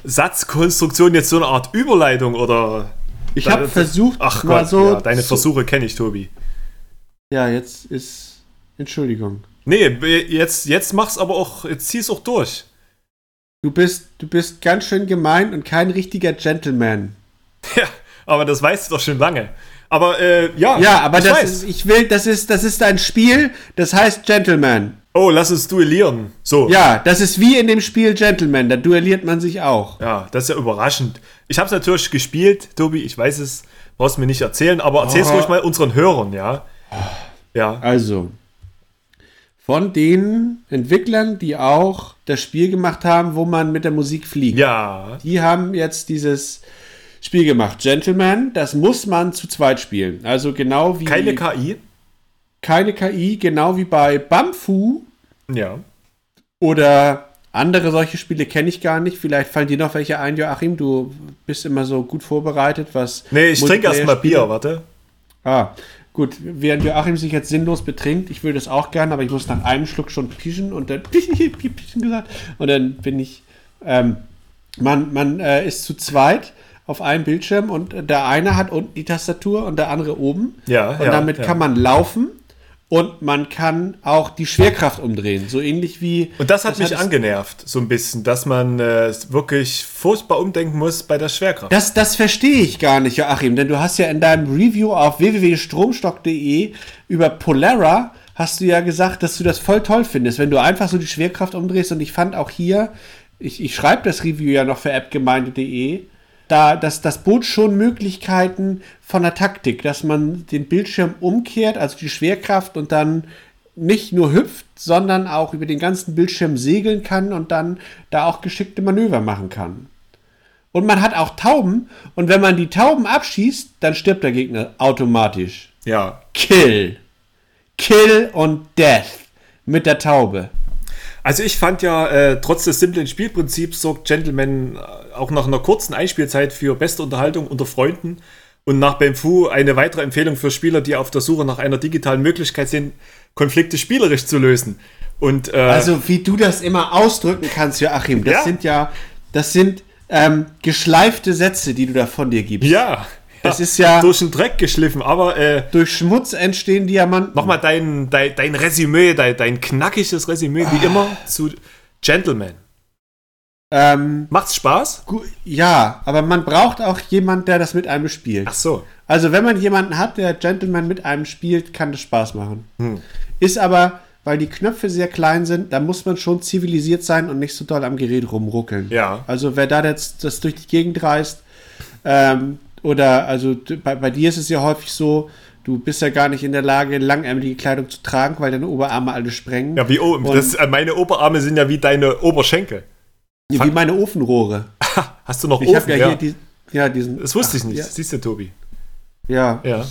Satzkonstruktion jetzt so eine Art Überleitung oder?
Ich habe
Deine-
versucht,
Ach
mal
Gott,
so.
ja, deine
zu-
Versuche kenne ich, Tobi.
Ja, jetzt ist. Entschuldigung.
Nee, b- jetzt, jetzt mach's aber auch, jetzt zieh's auch durch.
Du bist, du bist ganz schön gemein und kein richtiger Gentleman.
Ja, aber das weißt du doch schon lange. Aber äh, ja,
Ja, aber
ich
das
weiß.
ist, ich will, das ist, das ist ein Spiel, das heißt Gentleman.
oh, lass uns duellieren. So.
Ja, das ist wie in dem Spiel Gentleman, da duelliert man sich auch.
Ja, das ist ja überraschend. Ich hab's natürlich gespielt, Tobi, ich weiß es, brauchst mir nicht erzählen, aber erzähl's
Oh.
ruhig mal unseren Hörern, ja. Ja.
Also, von den Entwicklern, die auch das Spiel gemacht haben, wo man mit der Musik fliegt.
Ja.
Die haben jetzt dieses Spiel gemacht. Gentleman, das muss man zu zweit spielen. Also genau wie
Keine KI.
keine KI, genau wie bei Bamfu
Ja.
oder andere solche Spiele kenne ich gar nicht. Vielleicht fallen dir noch welche ein, Joachim. Du bist immer so gut vorbereitet, was.
Nee, ich trinke erstmal
Multiplayer-Spiele-
Bier, warte.
Ah, gut. Während Joachim sich jetzt sinnlos betrinkt, ich würde es auch gerne, aber ich muss nach einem Schluck schon pischen und dann [LAUGHS] pischen gesagt. Und dann bin ich. Ähm, man man äh, ist zu zweit auf einem Bildschirm und der eine hat unten die Tastatur und der andere oben.
Ja,
Und
ja,
damit
ja.
kann man laufen und man kann auch die Schwerkraft umdrehen. So ähnlich wie.
Und das hat mich
hattest-
angenervt, so ein bisschen, dass man äh, wirklich furchtbar umdenken muss bei der Schwerkraft.
Das, das verstehe ich gar nicht, Joachim, denn du hast ja in deinem Review auf www.stromstock.de über Polara hast du ja gesagt, dass du das voll toll findest, wenn du einfach so die Schwerkraft umdrehst. Und ich fand auch hier, ich, ich schreibe das Review ja noch für appgemeinde.de, da das, das bot schon Möglichkeiten von der Taktik, dass man den Bildschirm umkehrt, also die Schwerkraft und dann nicht nur hüpft, sondern auch über den ganzen Bildschirm segeln kann und dann da auch geschickte Manöver machen kann. Und man hat auch Tauben. Und wenn man die Tauben abschießt, dann stirbt der Gegner automatisch.
Ja.
Kill. Kill und Death. Mit der Taube.
Also ich fand ja, äh, trotz des simplen Spielprinzips sorgt Gentleman äh, auch nach einer kurzen Einspielzeit für beste Unterhaltung unter Freunden und nach Benfu eine weitere Empfehlung für Spieler, die auf der Suche nach einer digitalen Möglichkeit sind, Konflikte spielerisch zu lösen. Und äh,
Also, wie du das immer ausdrücken kannst, Joachim, das
Ja.
sind ja, das sind ähm, geschleifte Sätze, die du da von dir gibst.
ja,
Das ist ja-
durch den Dreck geschliffen, aber äh,
Durch Schmutz entstehen Diamanten.
nochmal dein, dein, dein Resümee, dein, dein knackiges Resümee, wie immer, zu Gentleman.
Ähm,
Macht's Spaß?
gu- ja, aber man braucht auch jemanden, der das mit einem spielt.
Ach so.
Also, wenn man jemanden hat, der Gentleman mit einem spielt, kann das Spaß machen.
Hm.
Ist aber, weil die Knöpfe sehr klein sind, da muss man schon zivilisiert sein und nicht so doll am Gerät rumruckeln.
Ja.
Also, wer da jetzt das durch die Gegend reißt, ähm, oder also d- bei, bei dir ist es ja häufig so, du bist ja gar nicht in der Lage, langärmelige Kleidung zu tragen, weil deine Oberarme alle sprengen.
Ja, wie, oh,
Und-
das, äh, meine Oberarme sind ja wie deine Oberschenkel.
wie meine Ofenrohre.
Hast du noch
Ich habe ja, hier die, ja, diesen.
Das wusste ich
Ach,
nicht.
ja.
Siehst du, Tobi?
Ja.
Ja.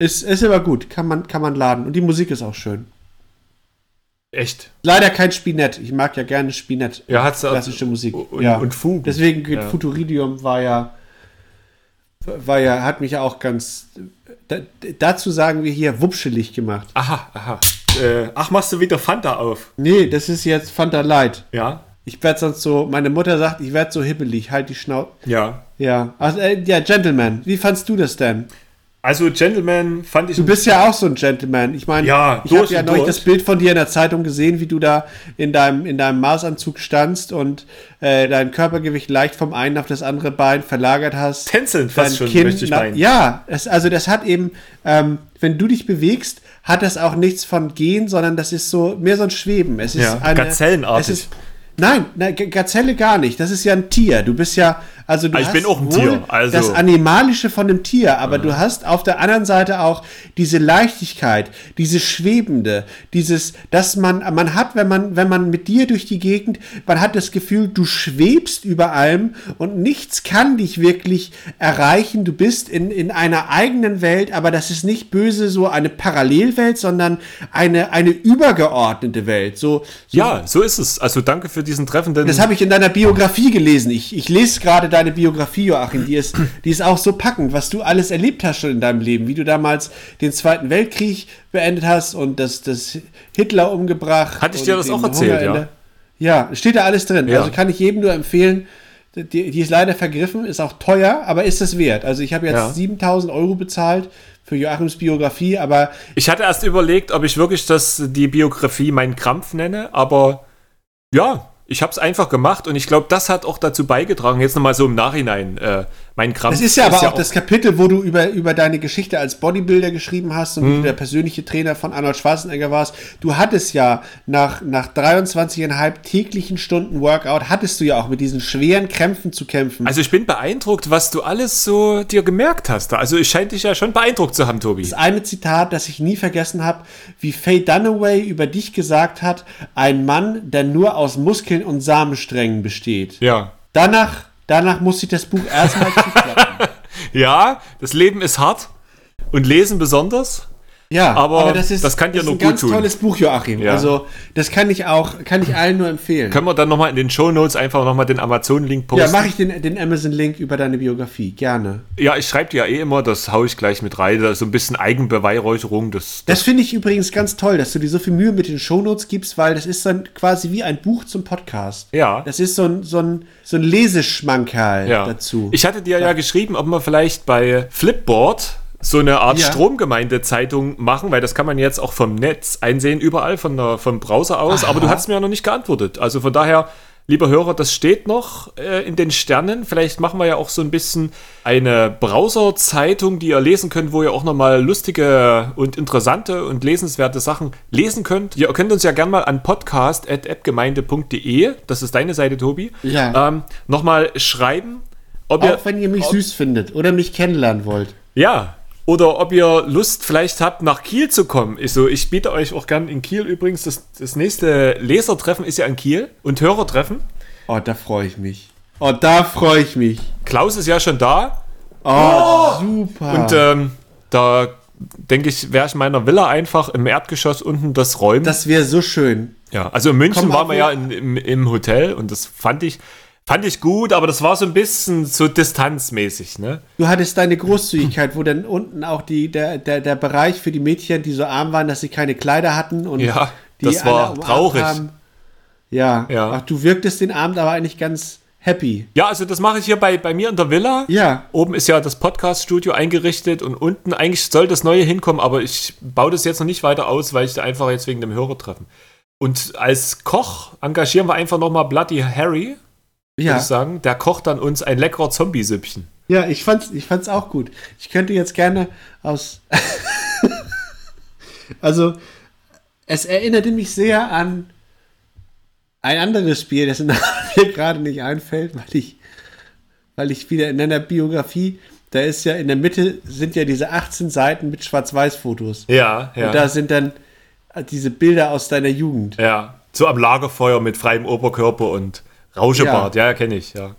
Ist, ist aber gut, kann man, kann man laden. Und die Musik ist auch schön.
Echt.
Leider kein Spinett. Ich mag ja gerne Spinett.
Ja, hat's auch-
klassische Musik.
und-
ja.
und Fugen.
Deswegen geht
Ja.
Futuridium war ja, war ja, hat mich ja auch ganz. Da, dazu sagen wir hier wupschelig gemacht.
Aha, aha. Äh, ach, machst du wieder Fanta auf?
Nee, das ist jetzt Fanta Light.
Ja.
Ich werde sonst so. Meine Mutter sagt, ich werde so hibbelig. Halt die Schnauze.
Ja.
Ja. Also, äh, ja, Gentleman. Wie fandst du das denn?
Also, Gentleman fand ich.
Du bist ja auch so ein Gentleman. Ich meine,
Ja,
ich habe
durch
ja
und
neulich
durch.
das Bild von dir in der Zeitung gesehen, wie du da in deinem, in deinem Maßanzug standst und äh, dein Körpergewicht leicht vom einen auf das andere Bein verlagert hast.
Tänzeln fast schon, möchte ich
na-
meinen.
Ja, es, also das hat eben, ähm, wenn du dich bewegst, hat das auch nichts von Gehen, sondern das ist so mehr so ein Schweben. Es ist
Ja,
eine,
gazellenartig.
Es ist, nein, na, G- Gazelle gar nicht. Das ist ja ein Tier. Du bist ja, also du
Ah, ich
hast
bin auch ein
wohl
Tier, also-
das Animalische von dem Tier, aber du hast auf der anderen Seite auch diese Leichtigkeit, diese Schwebende, dieses, dass man, man hat, wenn man, wenn man mit dir durch die Gegend, man hat das Gefühl, du schwebst über allem und nichts kann dich wirklich erreichen. Du bist in, in einer eigenen Welt, aber das ist nicht böse, so eine Parallelwelt, sondern eine, eine übergeordnete Welt. So, so
ja, so ist es. Also, danke für diesen treffenden.
das habe ich in deiner Biografie gelesen. Ich, ich lese gerade deine Biografie, Joachim. Die ist, die ist auch so packend, was du alles erlebt hast schon in deinem Leben. Wie du damals den Zweiten Weltkrieg beendet hast und das, das Hitler umgebracht.
Hatte ich
und
dir das
den
auch erzählt,
Hunger in
ja?
der- ja, steht da alles drin.
Ja.
Also kann ich jedem nur empfehlen. Die, die ist leider vergriffen, ist auch teuer, aber ist es wert. Also ich habe jetzt
Ja.
7000 Euro bezahlt für Joachims Biografie, aber
ich hatte erst überlegt, ob ich wirklich das, die Biografie meinen Krampf nenne, aber ja, ich habe es einfach gemacht und ich glaube, das hat auch dazu beigetragen, jetzt nochmal so im Nachhinein, äh, mein Krampf.
Es ist ja aber auch, das Kapitel, wo du über, über deine Geschichte als Bodybuilder geschrieben hast und wie du der persönliche Trainer von Arnold Schwarzenegger warst. Du hattest ja nach, nach 23,5 täglichen Stunden Workout, hattest du ja auch mit diesen schweren Krämpfen zu kämpfen.
Also ich bin beeindruckt, was du alles so dir gemerkt hast. da. Also ich scheint dich ja schon beeindruckt zu haben, Tobi.
das eine Zitat, das ich nie vergessen habe, wie Faye Dunaway über dich gesagt hat, ein Mann, der nur aus Muskeln und Samensträngen besteht.
Ja.
Danach, danach musste ich das Buch [LAUGHS] erstmal zuklappen.
Ja, das Leben ist hart und Lesen besonders.
Ja,
Aber das kann dir
ist
nur
ein
gut
ganz
tun.
tolles Buch, Joachim.
Ja.
Also, das kann ich auch, kann ich allen nur empfehlen.
Können wir dann nochmal in den Shownotes einfach nochmal den Amazon-Link posten?
ja, mache ich den, den Amazon-Link über deine Biografie, gerne.
Ja, ich schreibe dir ja eh immer, das hau ich gleich mit rein. Da ist So ein bisschen Eigenbeweihräucherung, das,
Das finde ich übrigens ganz toll, dass du dir so viel Mühe mit den Shownotes gibst, weil das ist dann quasi wie ein Buch zum Podcast.
Ja.
Das ist so ein, so ein, so ein Leseschmankerl
ja.
dazu.
Ich hatte dir ja. geschrieben, ob wir vielleicht bei Flipboard so eine Art
Ja.
Stromgemeinde-Zeitung machen, weil das kann man jetzt auch vom Netz einsehen, überall von der, vom Browser aus. Aber du hast mir ja noch nicht geantwortet. Also von daher, lieber Hörer, das steht noch äh, in den Sternen. Vielleicht machen wir ja auch so ein bisschen eine Browser-Zeitung, die ihr lesen könnt, wo ihr auch nochmal lustige und interessante und lesenswerte Sachen lesen könnt. Ihr könnt uns ja gerne mal an podcast.appgemeinde.de, das ist deine Seite, Tobi,
Ja.
ähm, nochmal schreiben. Ob
auch wenn ihr mich
Oh.
süß findet oder mich kennenlernen wollt.
ja. Oder ob ihr Lust vielleicht habt, nach Kiel zu kommen. Ich, so, ich biete euch auch gern in Kiel übrigens. Das, das nächste Lesertreffen ist ja in Kiel und Hörertreffen.
Oh, da freue ich mich. Oh, da freue ich mich.
Klaus ist ja schon da.
Oh, super.
Und ähm, da denke ich, wäre ich in meiner Villa einfach im Erdgeschoss unten das Räumen.
das wäre so schön.
ja, also in München
Komm,
waren wir ja
auf-
in, im, im Hotel und das fand ich, fand ich gut, aber das war so ein bisschen so distanzmäßig, ne?
Du hattest deine Großzügigkeit, wo dann unten auch die, der, der, der Bereich für die Mädchen, die so arm waren, dass sie keine Kleider hatten und
Ja,
die
das
alle
war
umarmt
traurig.
Ja.
Ja.
Ach, du wirktest den Abend aber eigentlich ganz happy.
Ja, also das mache ich hier bei, bei mir in der Villa.
Ja.
Oben ist ja das Podcast-Studio eingerichtet und unten eigentlich soll das neue hinkommen, aber ich baue das jetzt noch nicht weiter aus, weil ich da einfach jetzt wegen dem Hörer treffen. Und als Koch engagieren wir einfach nochmal Bloody Harry, würde
Ja.
ich sagen. Der kocht dann uns ein leckerer Zombie-Süppchen.
Ja, ich fand's, ich fand's auch gut. Ich könnte jetzt gerne aus. [LAUGHS] also, es erinnerte mich sehr an ein anderes Spiel, dessen Name mir [LAUGHS] gerade nicht einfällt, weil ich, weil ich wieder in einer Biografie, da ist ja in der Mitte sind ja diese 18 Seiten mit Schwarz-Weiß-Fotos.
Ja, ja.
Und da sind dann diese Bilder aus deiner Jugend.
ja. So am Lagerfeuer mit freiem Oberkörper und Rauschebart. Ja, ja kenne ich, ja.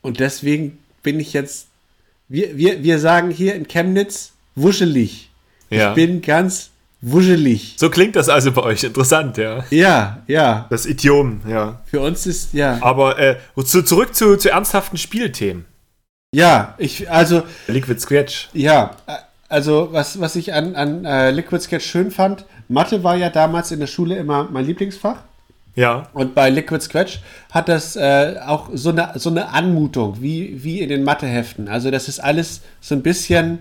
Und deswegen bin ich jetzt, wir, wir, wir sagen hier in Chemnitz, wuschelig.
ja.
Ich bin ganz wuschelig.
so klingt das also bei euch. Interessant, ja.
Ja, ja.
Das Idiom, ja.
Für uns ist, ja.
Aber äh, zu, zurück zu, zu ernsthaften Spielthemen.
Ja, ich, also,
Liquid Scratch.
ja. äh, Also, was, was ich an, an äh, Liquid Sketch schön fand, Mathe war ja damals in der Schule immer mein Lieblingsfach.
Ja.
Und bei Liquid Scratch hat das äh, auch so eine, so eine Anmutung, wie, wie in den Matheheften. Also das ist alles so ein bisschen,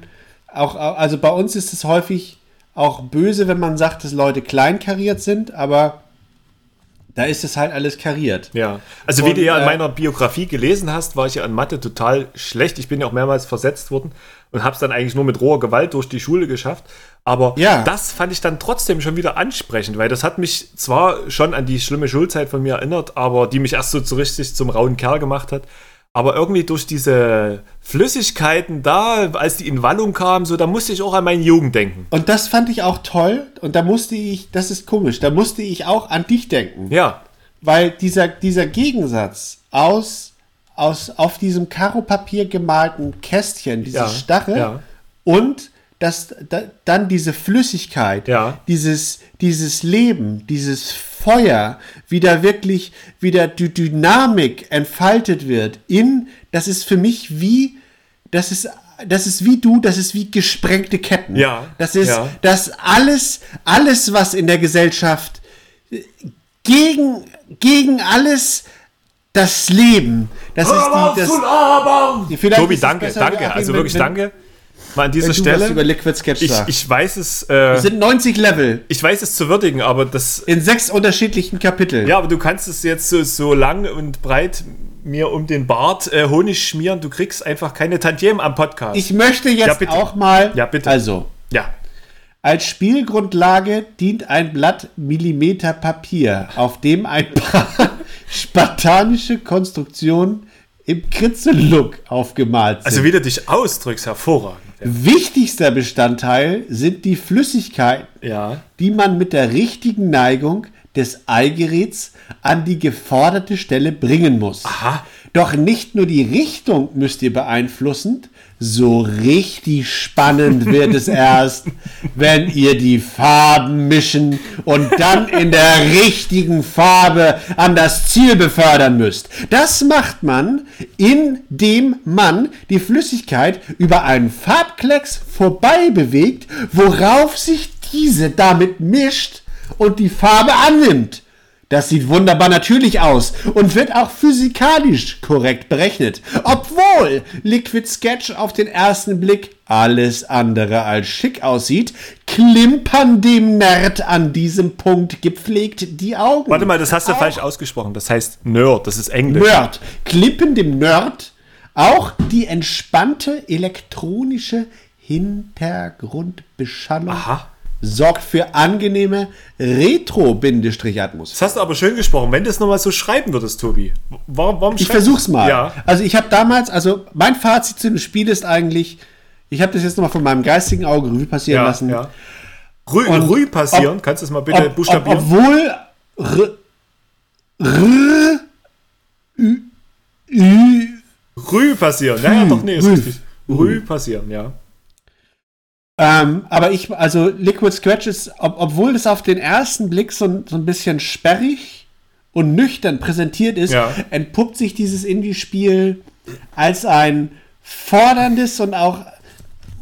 auch, also bei uns ist es häufig auch böse, wenn man sagt, dass Leute kleinkariert sind, aber da ist es halt alles kariert.
Ja. Also wie
Und,
du ja in
äh,
meiner Biografie gelesen hast, war ich ja in Mathe total schlecht. Ich bin ja auch mehrmals versetzt worden und habe es dann eigentlich nur mit roher Gewalt durch die Schule geschafft. Aber
Ja.
das fand ich dann trotzdem schon wieder ansprechend, weil das hat mich zwar schon an die schlimme Schulzeit von mir erinnert, aber die mich erst so zu richtig zum rauen Kerl gemacht hat. Aber irgendwie durch diese Flüssigkeiten da, als die in Wallung kamen, so, da musste ich auch an meine Jugend denken.
Und das fand ich auch toll und da musste ich, das ist komisch, da musste ich auch an dich denken.
Ja.
Weil dieser, dieser Gegensatz aus, aus auf diesem Karopapier gemalten Kästchen, diese
Ja,
Stachel
ja.
und das, da, dann diese Flüssigkeit,
Ja.
dieses, dieses Leben, dieses Feuer, wie da wirklich wieder die Dynamik entfaltet wird in, das ist für mich wie, das ist, das ist wie du, das ist wie gesprengte Ketten.
Ja,
Das ist,
ja.
dass alles, alles, was in der Gesellschaft gegen, gegen alles das Leben. Das ist
Hör auf
die, das,
zu labern!
vielleicht
Tobi,
ist es
danke,
besser,
danke.
Joachim,
Also
wenn-
wirklich
wenn-
danke. Mal an
wenn
dieser
du was über
Stelle.
Liquid Sketch
Ich,
sagst.
ich weiß es. Äh,
Es sind 90 Level
ich weiß es zu würdigen, aber das.
in sechs unterschiedlichen Kapiteln.
Ja, aber du kannst es jetzt so, so lang und breit mir um den Bart äh, Honig schmieren, du kriegst einfach keine Tantiemen am Podcast.
Ich möchte jetzt
bitte.
auch mal.
Ja, bitte.
Also,
ja.
als Spielgrundlage dient ein Blatt Millimeter Papier, auf dem ein paar [LAUGHS] spartanische Konstruktionen im Kritzellook aufgemalt sind.
Also wie du dich ausdrückst, hervorragend.
Wichtigster Bestandteil sind die Flüssigkeiten,
Ja.
die man mit der richtigen Neigung des Eigeräts an die geforderte Stelle bringen muss. Doch nicht nur die Richtung müsst ihr beeinflussen, so richtig spannend wird es erst, wenn ihr die Farben mischen und dann in der richtigen Farbe an das Ziel befördern müsst. Das macht man, indem man die Flüssigkeit über einen Farbklecks vorbei bewegt, worauf sich diese damit mischt und die Farbe annimmt. Das sieht wunderbar natürlich aus und wird auch physikalisch korrekt berechnet. Obwohl Liquid Sketch auf den ersten Blick alles andere als schick aussieht, klimpern dem Nerd an diesem Punkt gepflegt die Augen.
Warte mal, das hast du falsch ausgesprochen. Das heißt Nerd, das ist Englisch.
Nerd. Klippen dem Nerd auch die entspannte elektronische Hintergrundbeschallung
Aha.
sorgt für angenehme Retro-Atmosphäre.
Das hast du aber schön gesprochen. Wenn du es nochmal so schreiben würdest, Tobi. Warum, warum
Ich
schreibst du-
versuch's mal.
Ja.
Also ich habe damals, also mein Fazit zu dem Spiel ist eigentlich, ich habe das jetzt nochmal von meinem geistigen Auge Revue passieren
ja,
lassen.
ja. Ruhig,
Und
ruhig passieren.
ob-
Kannst du es mal
Ob,
bitte
ob,
buchstabieren?
obwohl r, r, ü, ü,
Rü passieren. Naja, doch, nee, ist
Rü.
richtig. Rü passieren, ja.
Ähm, aber ich, also Liquid Scratch ist, ob, obwohl es auf den ersten Blick so, ein- so ein bisschen sperrig und nüchtern präsentiert ist,
Ja.
entpuppt sich dieses Indie-Spiel als ein forderndes und auch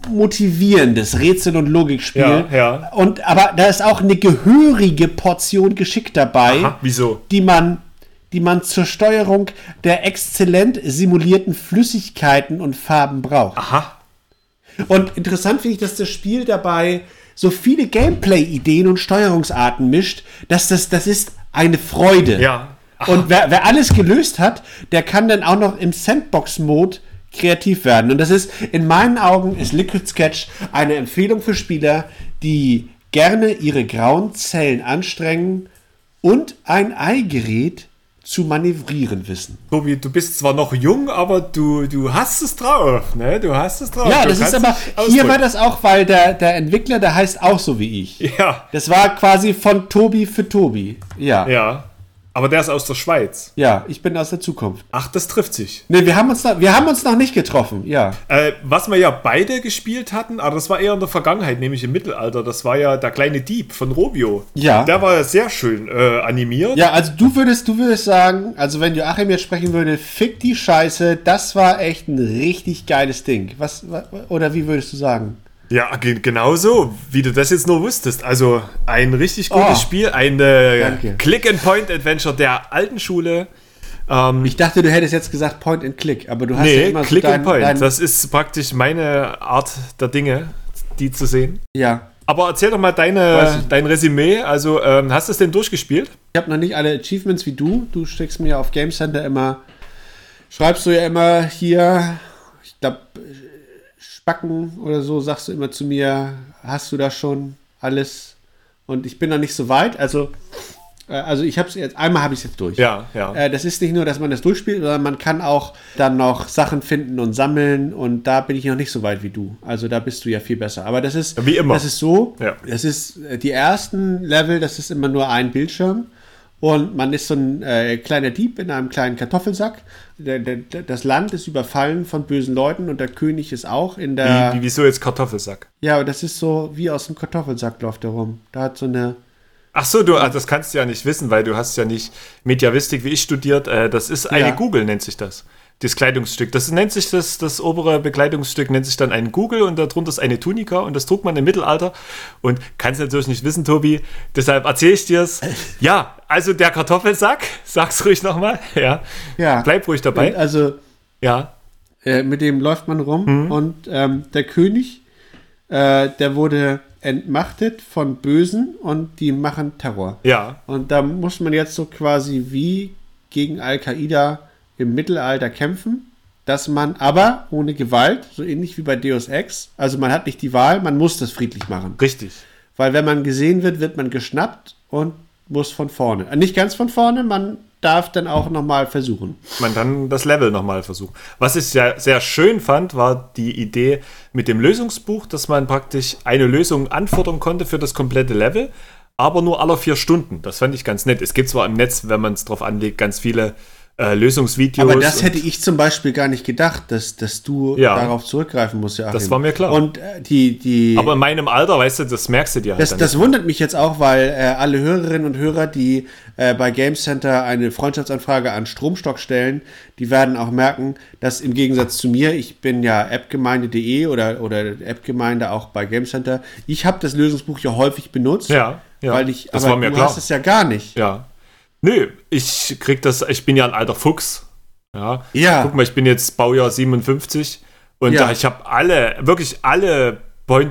motivierendes Rätsel- und Logikspiel.
Ja, ja.
Und aber da ist auch eine gehörige Portion Geschick dabei
Aha, wieso?
die man, die man zur Steuerung der exzellent simulierten Flüssigkeiten und Farben braucht.
Aha.
Und interessant finde ich, dass das Spiel dabei so viele Gameplay-Ideen und Steuerungsarten mischt, dass das, das ist eine Freude.
Ja.
Und wer, wer alles gelöst hat, der kann dann auch noch im Sandbox-Mode kreativ werden. Und das ist, in meinen Augen, ist Liquid Sketch eine Empfehlung für Spieler, die gerne ihre grauen Zellen anstrengen und ein Eigerät zu manövrieren wissen.
Tobi, du bist zwar noch jung, aber du, du hast es drauf, ne? Du hast es drauf.
Ja,
du
das ist
kannst
aber,
dich
hier
ausdrücken.
war das auch, weil der, der Entwickler, der heißt auch so wie ich.
Ja,
Das war quasi von Tobi für Tobi. Ja. Ja,
ja. Aber der ist aus der Schweiz.
ich bin aus der Zukunft.
Ach, das trifft sich.
Ne, wir haben uns noch, wir haben uns noch nicht getroffen. Ja.
Äh, was wir ja beide gespielt hatten, aber das war eher in der Vergangenheit, nämlich im Mittelalter. Das war ja der kleine Dieb von Robio.
Ja.
Der war ja sehr schön äh, animiert.
Ja, also du würdest, du würdest sagen, also wenn Joachim jetzt sprechen würde, fick die Scheiße, das war echt ein richtig geiles Ding. Was wa- oder wie würdest du sagen?
Ja, ge genau so, wie du das jetzt nur wusstest. Also ein richtig gutes
Oh.
Spiel, ein äh,
Danke.
Click-and-Point-Adventure der alten Schule. Ähm,
Ich dachte, du hättest jetzt gesagt Point and Click, aber du hast ja
nee,
immer
Click
so dein,
and Point.
Dein,
das ist praktisch meine Art der Dinge, die zu sehen.
ja.
Aber erzähl doch mal
Weiß
deine,
ich.
dein Resümee. Also, ähm, hast du es denn durchgespielt?
Ich habe noch nicht alle Achievements wie du. Du schickst mir auf Game Center immer schreibst du ja immer hier, ich glaube Spacken oder so, sagst du immer zu mir, hast du da schon alles? Und ich bin noch nicht so weit, also äh, also ich habe es jetzt einmal habe ich es jetzt durch.
Ja, ja.
Äh, das ist nicht nur, dass man das durchspielt, sondern man kann auch dann noch Sachen finden und sammeln. Und da bin ich noch nicht so weit wie du. Also da bist du ja viel besser. Aber das ist
Wie immer.
Das ist so.
Ja.
Das ist äh, die ersten Level. Das ist immer nur ein Bildschirm. Und man ist so ein äh, kleiner Dieb in einem kleinen Kartoffelsack. Der, der, der, das Land ist überfallen von bösen Leuten und der König ist auch in der.
Wie, wie, wieso jetzt Kartoffelsack?
Ja, aber das ist so wie aus dem Kartoffelsack läuft er rum. Da hat so eine.
Ach so, du, ah, das kannst du ja nicht wissen, weil du hast ja nicht Mediavistik wie ich studiert. Äh, das ist
Ja.
eine Google, nennt sich das. Das Kleidungsstück. Das nennt sich das, das obere Bekleidungsstück, nennt sich dann ein Google und darunter ist eine Tunika und das trug man im Mittelalter. Und kannst natürlich nicht wissen, Tobi. Deshalb erzähle
[LAUGHS]
ich dir's. Ja, also der Kartoffelsack, sag's ruhig nochmal. Ja.
Ja.
Bleib ruhig dabei.
Und also
ja.
äh, mit dem läuft man rum und ähm, der König, äh, der wurde entmachtet von Bösen und die machen Terror.
Ja.
Und da muss man jetzt so quasi wie gegen Al-Qaida im Mittelalter kämpfen, dass man aber ohne Gewalt, so ähnlich wie bei Deus Ex, also man hat nicht die Wahl, man muss das friedlich machen.
Richtig.
Weil wenn man gesehen wird, wird man geschnappt und muss von vorne. Äh, Nicht ganz von vorne, man darf dann auch nochmal versuchen.
Man kann das Level nochmal versuchen. Was ich sehr, sehr schön fand, war die Idee mit dem Lösungsbuch, dass man praktisch eine Lösung anfordern konnte für das komplette Level, aber nur alle vier Stunden. Das fand ich ganz nett. Es gibt zwar im Netz, wenn man es drauf anlegt, ganz viele äh, Lösungsvideos.
Aber das
und-
hätte ich zum Beispiel gar nicht gedacht, dass, dass du
Ja.
darauf zurückgreifen musst, ja.
war mir klar.
Und äh, die, die
aber in meinem Alter, weißt du, das merkst du dir halt
Das,
dann
das wundert mich jetzt auch, weil äh, alle Hörerinnen und Hörer, die äh, bei Game Center eine Freundschaftsanfrage an Stromstock stellen, die werden auch merken, dass im Gegensatz zu mir, ich bin ja appgemeinde.de oder, oder appgemeinde auch bei Game Center, ich habe das Lösungsbuch ja häufig benutzt,
Ja, ja.
weil ich,
Das war mir
du
klar.
hast es ja gar nicht.
Ja. Nö, ich krieg das, ich bin ja ein alter Fuchs. Ja.
Ja.
Guck mal, ich bin jetzt Baujahr 57 und
Ja.
da- ich habe alle, wirklich alle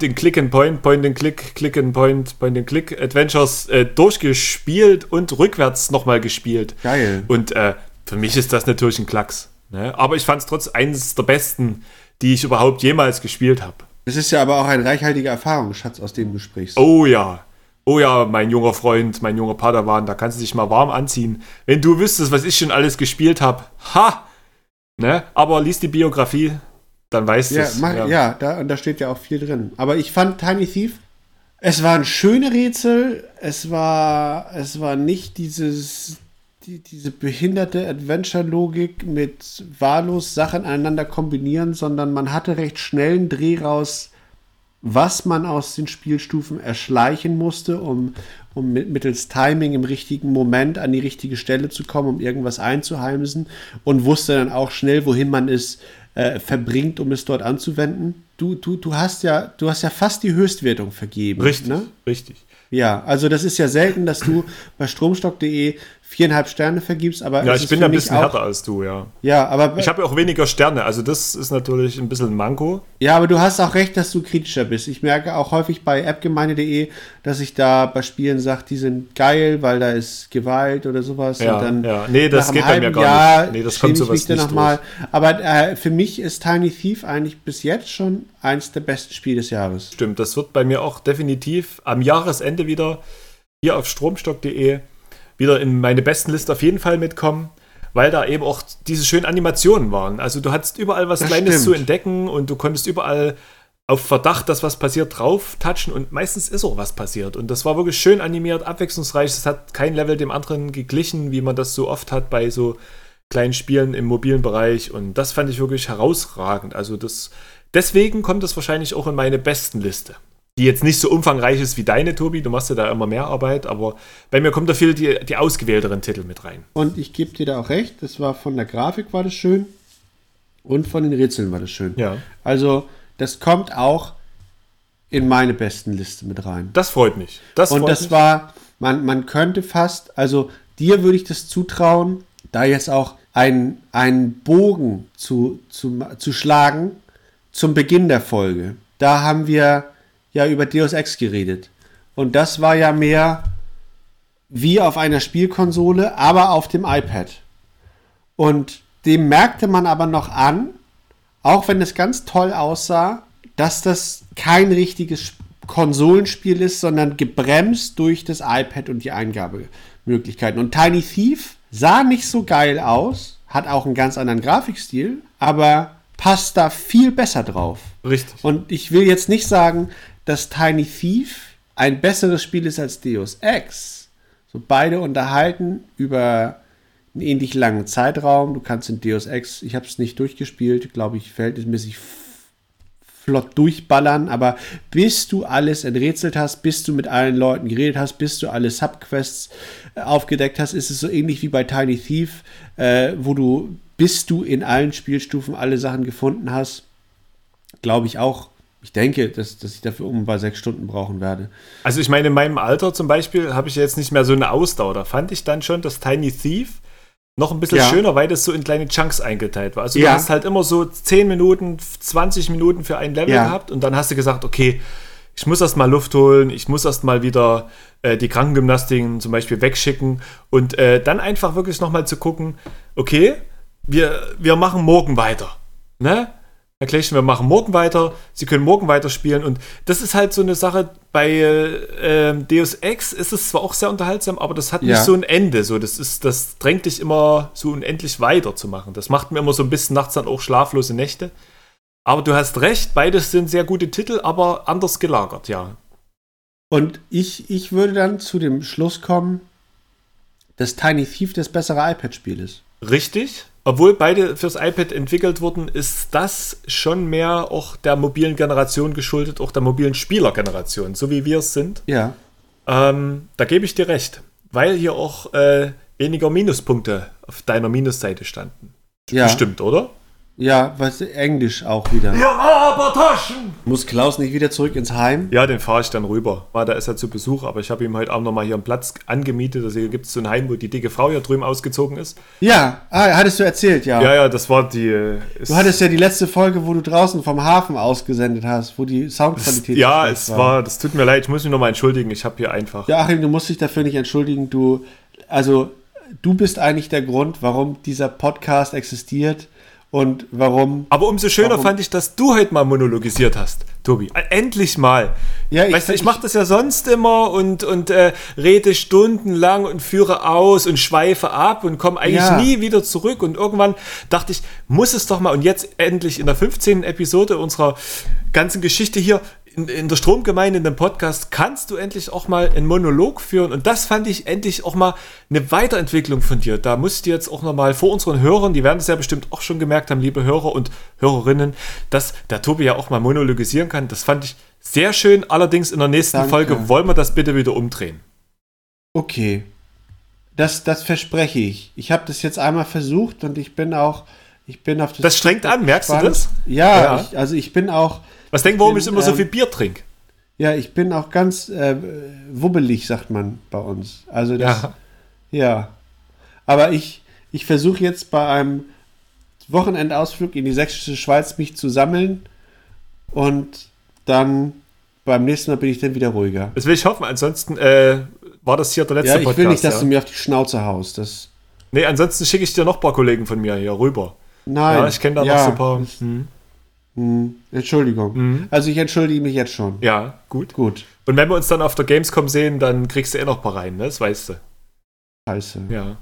Point-and-Click-and-Point, Point-and-Click, Click-and-Point, Point-and-Click-Adventures äh, durchgespielt und rückwärts nochmal gespielt.
Geil.
Und äh, für mich ist das natürlich ein Klacks. Ne? Aber ich fand es trotz eines der besten, die ich überhaupt jemals gespielt habe.
Es ist ja aber auch ein reichhaltiger Erfahrungsschatz, aus dem du sprichst.
Oh ja. Oh ja, mein junger Freund, mein junger Padawan, da kannst du dich mal warm anziehen. Wenn du wüsstest, was ich schon alles gespielt habe. Ha! Ne? Aber liest die Biografie, dann weißt du
Ja,
es.
mach, ja. da, und da steht ja auch viel drin. Aber ich fand Tiny Thief, es waren schöne Rätsel, es war, es war nicht dieses, die, diese behinderte Adventure-Logik mit wahllos Sachen aneinander kombinieren, sondern man hatte recht schnell einen Dreh raus, was man aus den Spielstufen erschleichen musste, um, um mit, mittels Timing im richtigen Moment an die richtige Stelle zu kommen, um irgendwas einzuheimsen und wusste dann auch schnell, wohin man es äh, verbringt, um es dort anzuwenden. Du, du, du hast ja, du hast ja fast die Höchstwertung vergeben.
Richtig,
Ne?
richtig.
Ja, also das ist ja selten, dass du bei stromstock.de viereinhalb Sterne vergibst, aber
Ja,
es
ich
Also ist
bin
für
da ein
mich
bisschen
auch,
härter als du, ja.
Ja, aber
Ich habe ja auch weniger Sterne, also das ist natürlich ein bisschen ein Manko.
Ja, aber du hast auch recht, dass du kritischer bist. Ich merke auch häufig bei appgemeinde.de, dass ich da bei Spielen sage, die sind geil, weil da ist Gewalt oder sowas.
Ja,
und dann
ja. Nee, das
nach einem
geht bei mir
halben
gar
Jahr
nicht. Nee, das
schäme
kommt
ich
sowas
mich dann
nicht
noch mal. Aber äh, für mich ist Tiny Thief eigentlich bis jetzt schon eins der besten Spiele des Jahres.
Stimmt, das wird bei mir auch definitiv am Jahresende wieder hier auf stromstock.de wieder in meine besten Liste auf jeden Fall mitkommen, weil da eben auch diese schönen Animationen waren. Also du hattest überall was
Das
Kleines
stimmt.
zu entdecken und du konntest überall auf Verdacht, dass was passiert, drauf touchen und meistens ist auch was passiert. Und das war wirklich schön animiert, abwechslungsreich. Es hat kein Level dem anderen geglichen, wie man das so oft hat bei so kleinen Spielen im mobilen Bereich. Und das fand ich wirklich herausragend. Also das, deswegen kommt es wahrscheinlich auch in meine besten Liste die jetzt nicht so umfangreich ist wie deine, Tobi. Du machst ja da immer mehr Arbeit, aber bei mir kommen da viele die, die ausgewählteren Titel mit rein.
Und ich gebe dir da auch recht, das war von der Grafik war das schön und von den Rätseln war das schön.
Ja.
Also das kommt auch in meine besten Liste mit rein.
Das freut mich. Das
Und
freut
das
mich.
war, man, man könnte fast, also dir würde ich das zutrauen, da jetzt auch einen, einen Bogen zu, zu, zu schlagen zum Beginn der Folge. Da haben wir ja über Deus Ex geredet. Und das war ja mehr wie auf einer Spielkonsole, aber auf dem iPad. Und dem merkte man aber noch an, auch wenn es ganz toll aussah, dass das kein richtiges Sp- Konsolenspiel ist, sondern gebremst durch das iPad und die Eingabemöglichkeiten. Und Tiny Thief sah nicht so geil aus, hat auch einen ganz anderen Grafikstil, aber passt da viel besser drauf.
richtig.
Und ich will jetzt nicht sagen, dass Tiny Thief ein besseres Spiel ist als Deus Ex. So beide unterhalten über einen ähnlich langen Zeitraum. Du kannst in Deus Ex, ich habe es nicht durchgespielt, glaube ich, verhältnismäßig f- flott durchballern, aber bis du alles enträtselt hast, bis du mit allen Leuten geredet hast, bis du alle Subquests äh, aufgedeckt hast, ist es so ähnlich wie bei Tiny Thief, äh, wo du, bis du in allen Spielstufen alle Sachen gefunden hast, glaube ich auch, ich denke, dass, dass ich dafür um bei sechs Stunden brauchen werde.
Also ich meine, in meinem Alter zum Beispiel habe ich jetzt nicht mehr so eine Ausdauer. Da fand ich dann schon das Tiny Thief noch ein bisschen
Ja.
schöner, weil das so in kleine Chunks eingeteilt war. Also du
Ja.
hast halt immer so 10 Minuten, 20 Minuten für ein Level
Ja.
gehabt und dann hast du gesagt, okay, ich muss erst mal Luft holen, ich muss erst mal wieder äh, die Krankengymnastiken zum Beispiel wegschicken und äh, dann einfach wirklich nochmal zu gucken, okay, wir, wir machen morgen weiter. Ne? Erklärchen, wir machen morgen weiter, sie können morgen weiterspielen und das ist halt so eine Sache, bei äh, Deus Ex ist es zwar auch sehr unterhaltsam, aber das hat
Ja.
nicht so ein Ende, so das ist, das drängt dich immer so unendlich weiter zu machen. Das macht mir immer so ein bisschen nachts dann auch schlaflose Nächte. Aber du hast recht, beides sind sehr gute Titel, aber anders gelagert, ja.
Und ich, ich würde dann zu dem Schluss kommen, dass Tiny Thief das bessere iPad-Spiel ist.
Richtig. Obwohl beide fürs iPad entwickelt wurden, ist das schon mehr auch der mobilen Generation geschuldet, auch der mobilen Spielergeneration, so wie wir es sind.
Ja.
Ähm, da gebe ich dir recht, weil hier auch äh, weniger Minuspunkte auf deiner Minusseite standen.
Ja,
Bestimmt, oder?
ja, was Englisch auch wieder.
Ihr Abertaschen!
Muss Klaus nicht wieder zurück ins Heim?
Ja, den fahre ich dann rüber. War da ist er zu Besuch, aber ich habe ihm heute Abend nochmal hier einen Platz angemietet. Also hier gibt es so ein Heim, wo die dicke Frau hier drüben ausgezogen ist.
Ja, ah, hattest du erzählt, ja.
Ja, ja, das war die. äh, ist-
Du hattest ja die letzte Folge, wo du draußen vom Hafen ausgesendet hast, wo die Soundqualität.
ja,
schlecht
es war, das tut mir leid, ich muss mich nochmal entschuldigen. Ich habe hier einfach.
Joachim, du musst dich dafür nicht entschuldigen. Du, also, du bist eigentlich der Grund, warum dieser Podcast existiert und warum.
Aber umso schöner
Warum?
fand ich, dass du heute mal monologisiert hast, Tobi. Ä- Endlich mal.
Ja, ich-
weißt du, ich
ich-
mache das ja sonst immer und, und äh, rede stundenlang und führe aus und schweife ab und komme eigentlich
Ja.
nie wieder zurück. Und irgendwann dachte ich, muss es doch mal. Und jetzt endlich in der 15. Episode unserer ganzen Geschichte hier in, in der Stromgemeinde, in dem Podcast, kannst du endlich auch mal einen Monolog führen. Und das fand ich endlich auch mal eine Weiterentwicklung von dir. Da musst du jetzt auch nochmal vor unseren Hörern, die werden es ja bestimmt auch schon gemerkt haben, liebe Hörer und Hörerinnen, dass der Tobi ja auch mal monologisieren kann. Das fand ich sehr schön. Allerdings in der nächsten
Danke.
Folge wollen wir das bitte wieder umdrehen.
Okay. Das, das verspreche ich. Ich habe das jetzt einmal versucht und ich bin auch. Ich bin auf das.
Das strengt an, merkst du
Spannend.
das?
Ja,
Ja.
Ich, also ich bin auch.
Was denkst du, warum
Bin,
ich immer so
ähm,
viel Bier trinke?
Ja, ich bin auch ganz äh, wubbelig, sagt man bei uns. Also das, ja. Aber ich, ich versuche jetzt bei einem Wochenendausflug in die sächsische Schweiz mich zu sammeln und dann beim nächsten Mal bin ich dann wieder ruhiger.
Das will ich hoffen. Ansonsten äh, war das hier der letzte
Ja, ich
Podcast.
will nicht, dass
ja.
du mir auf die Schnauze haust. Das,
Nee, ansonsten schicke ich dir noch ein paar Kollegen von mir hier rüber.
nein. Mhm.
Ja, ich kenne da noch so ein paar. Hm.
Hm, Entschuldigung.
Mhm.
Also ich entschuldige mich jetzt schon.
Ja, gut.
Gut.
Und wenn wir uns dann auf der Gamescom sehen, dann kriegst du eh noch ein paar rein, ne? das weißt du.
Scheiße.
Ja.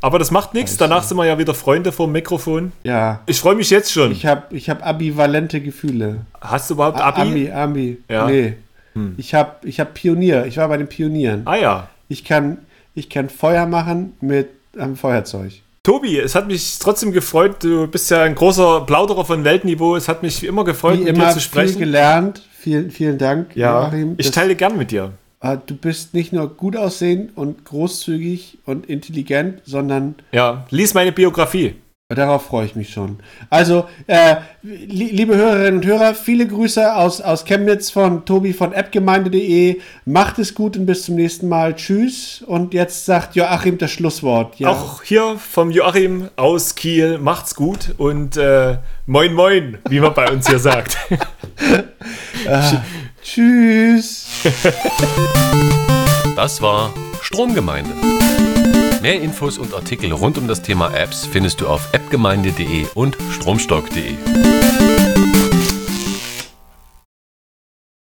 Aber das macht nichts, danach sind wir ja wieder Freunde vor dem Mikrofon.
Ja.
Ich freue mich jetzt schon.
Ich habe ich hab ambivalente Gefühle.
Hast du überhaupt Abi?
Abi? Ami, Ami.
Ja. Hm.
Nee. Ich habe ich hab Pionier. Ich war bei den Pionieren.
Ah ja.
Ich kann, ich kann Feuer machen mit einem Feuerzeug.
Tobi, es hat mich trotzdem gefreut. Du bist ja ein großer Plauderer von Weltniveau. Es hat mich wie immer gefreut,
Wie
mit
immer
dir zu
viel
sprechen.
gelernt. Vielen, vielen Dank,
Ja,
Joachim.
ich
Das-
teile gern mit dir.
äh, du bist nicht nur gut aussehend und großzügig und intelligent, sondern
Ja, lies meine Biografie.
Darauf freue ich mich schon. Also, äh, li liebe Hörerinnen und Hörer, viele Grüße aus, aus Chemnitz von Tobi von appgemeinde.de. Macht es gut und bis zum nächsten Mal. Tschüss. Und jetzt sagt Joachim das Schlusswort. Ja.
Auch hier vom Joachim aus Kiel. Macht's gut und äh, moin moin, wie man bei uns
[LAUGHS]
hier sagt.
Tschüss.
Das war Stromgemeinde. Mehr Infos und Artikel rund um das Thema Apps findest du auf appgemeinde.de und stromstock.de.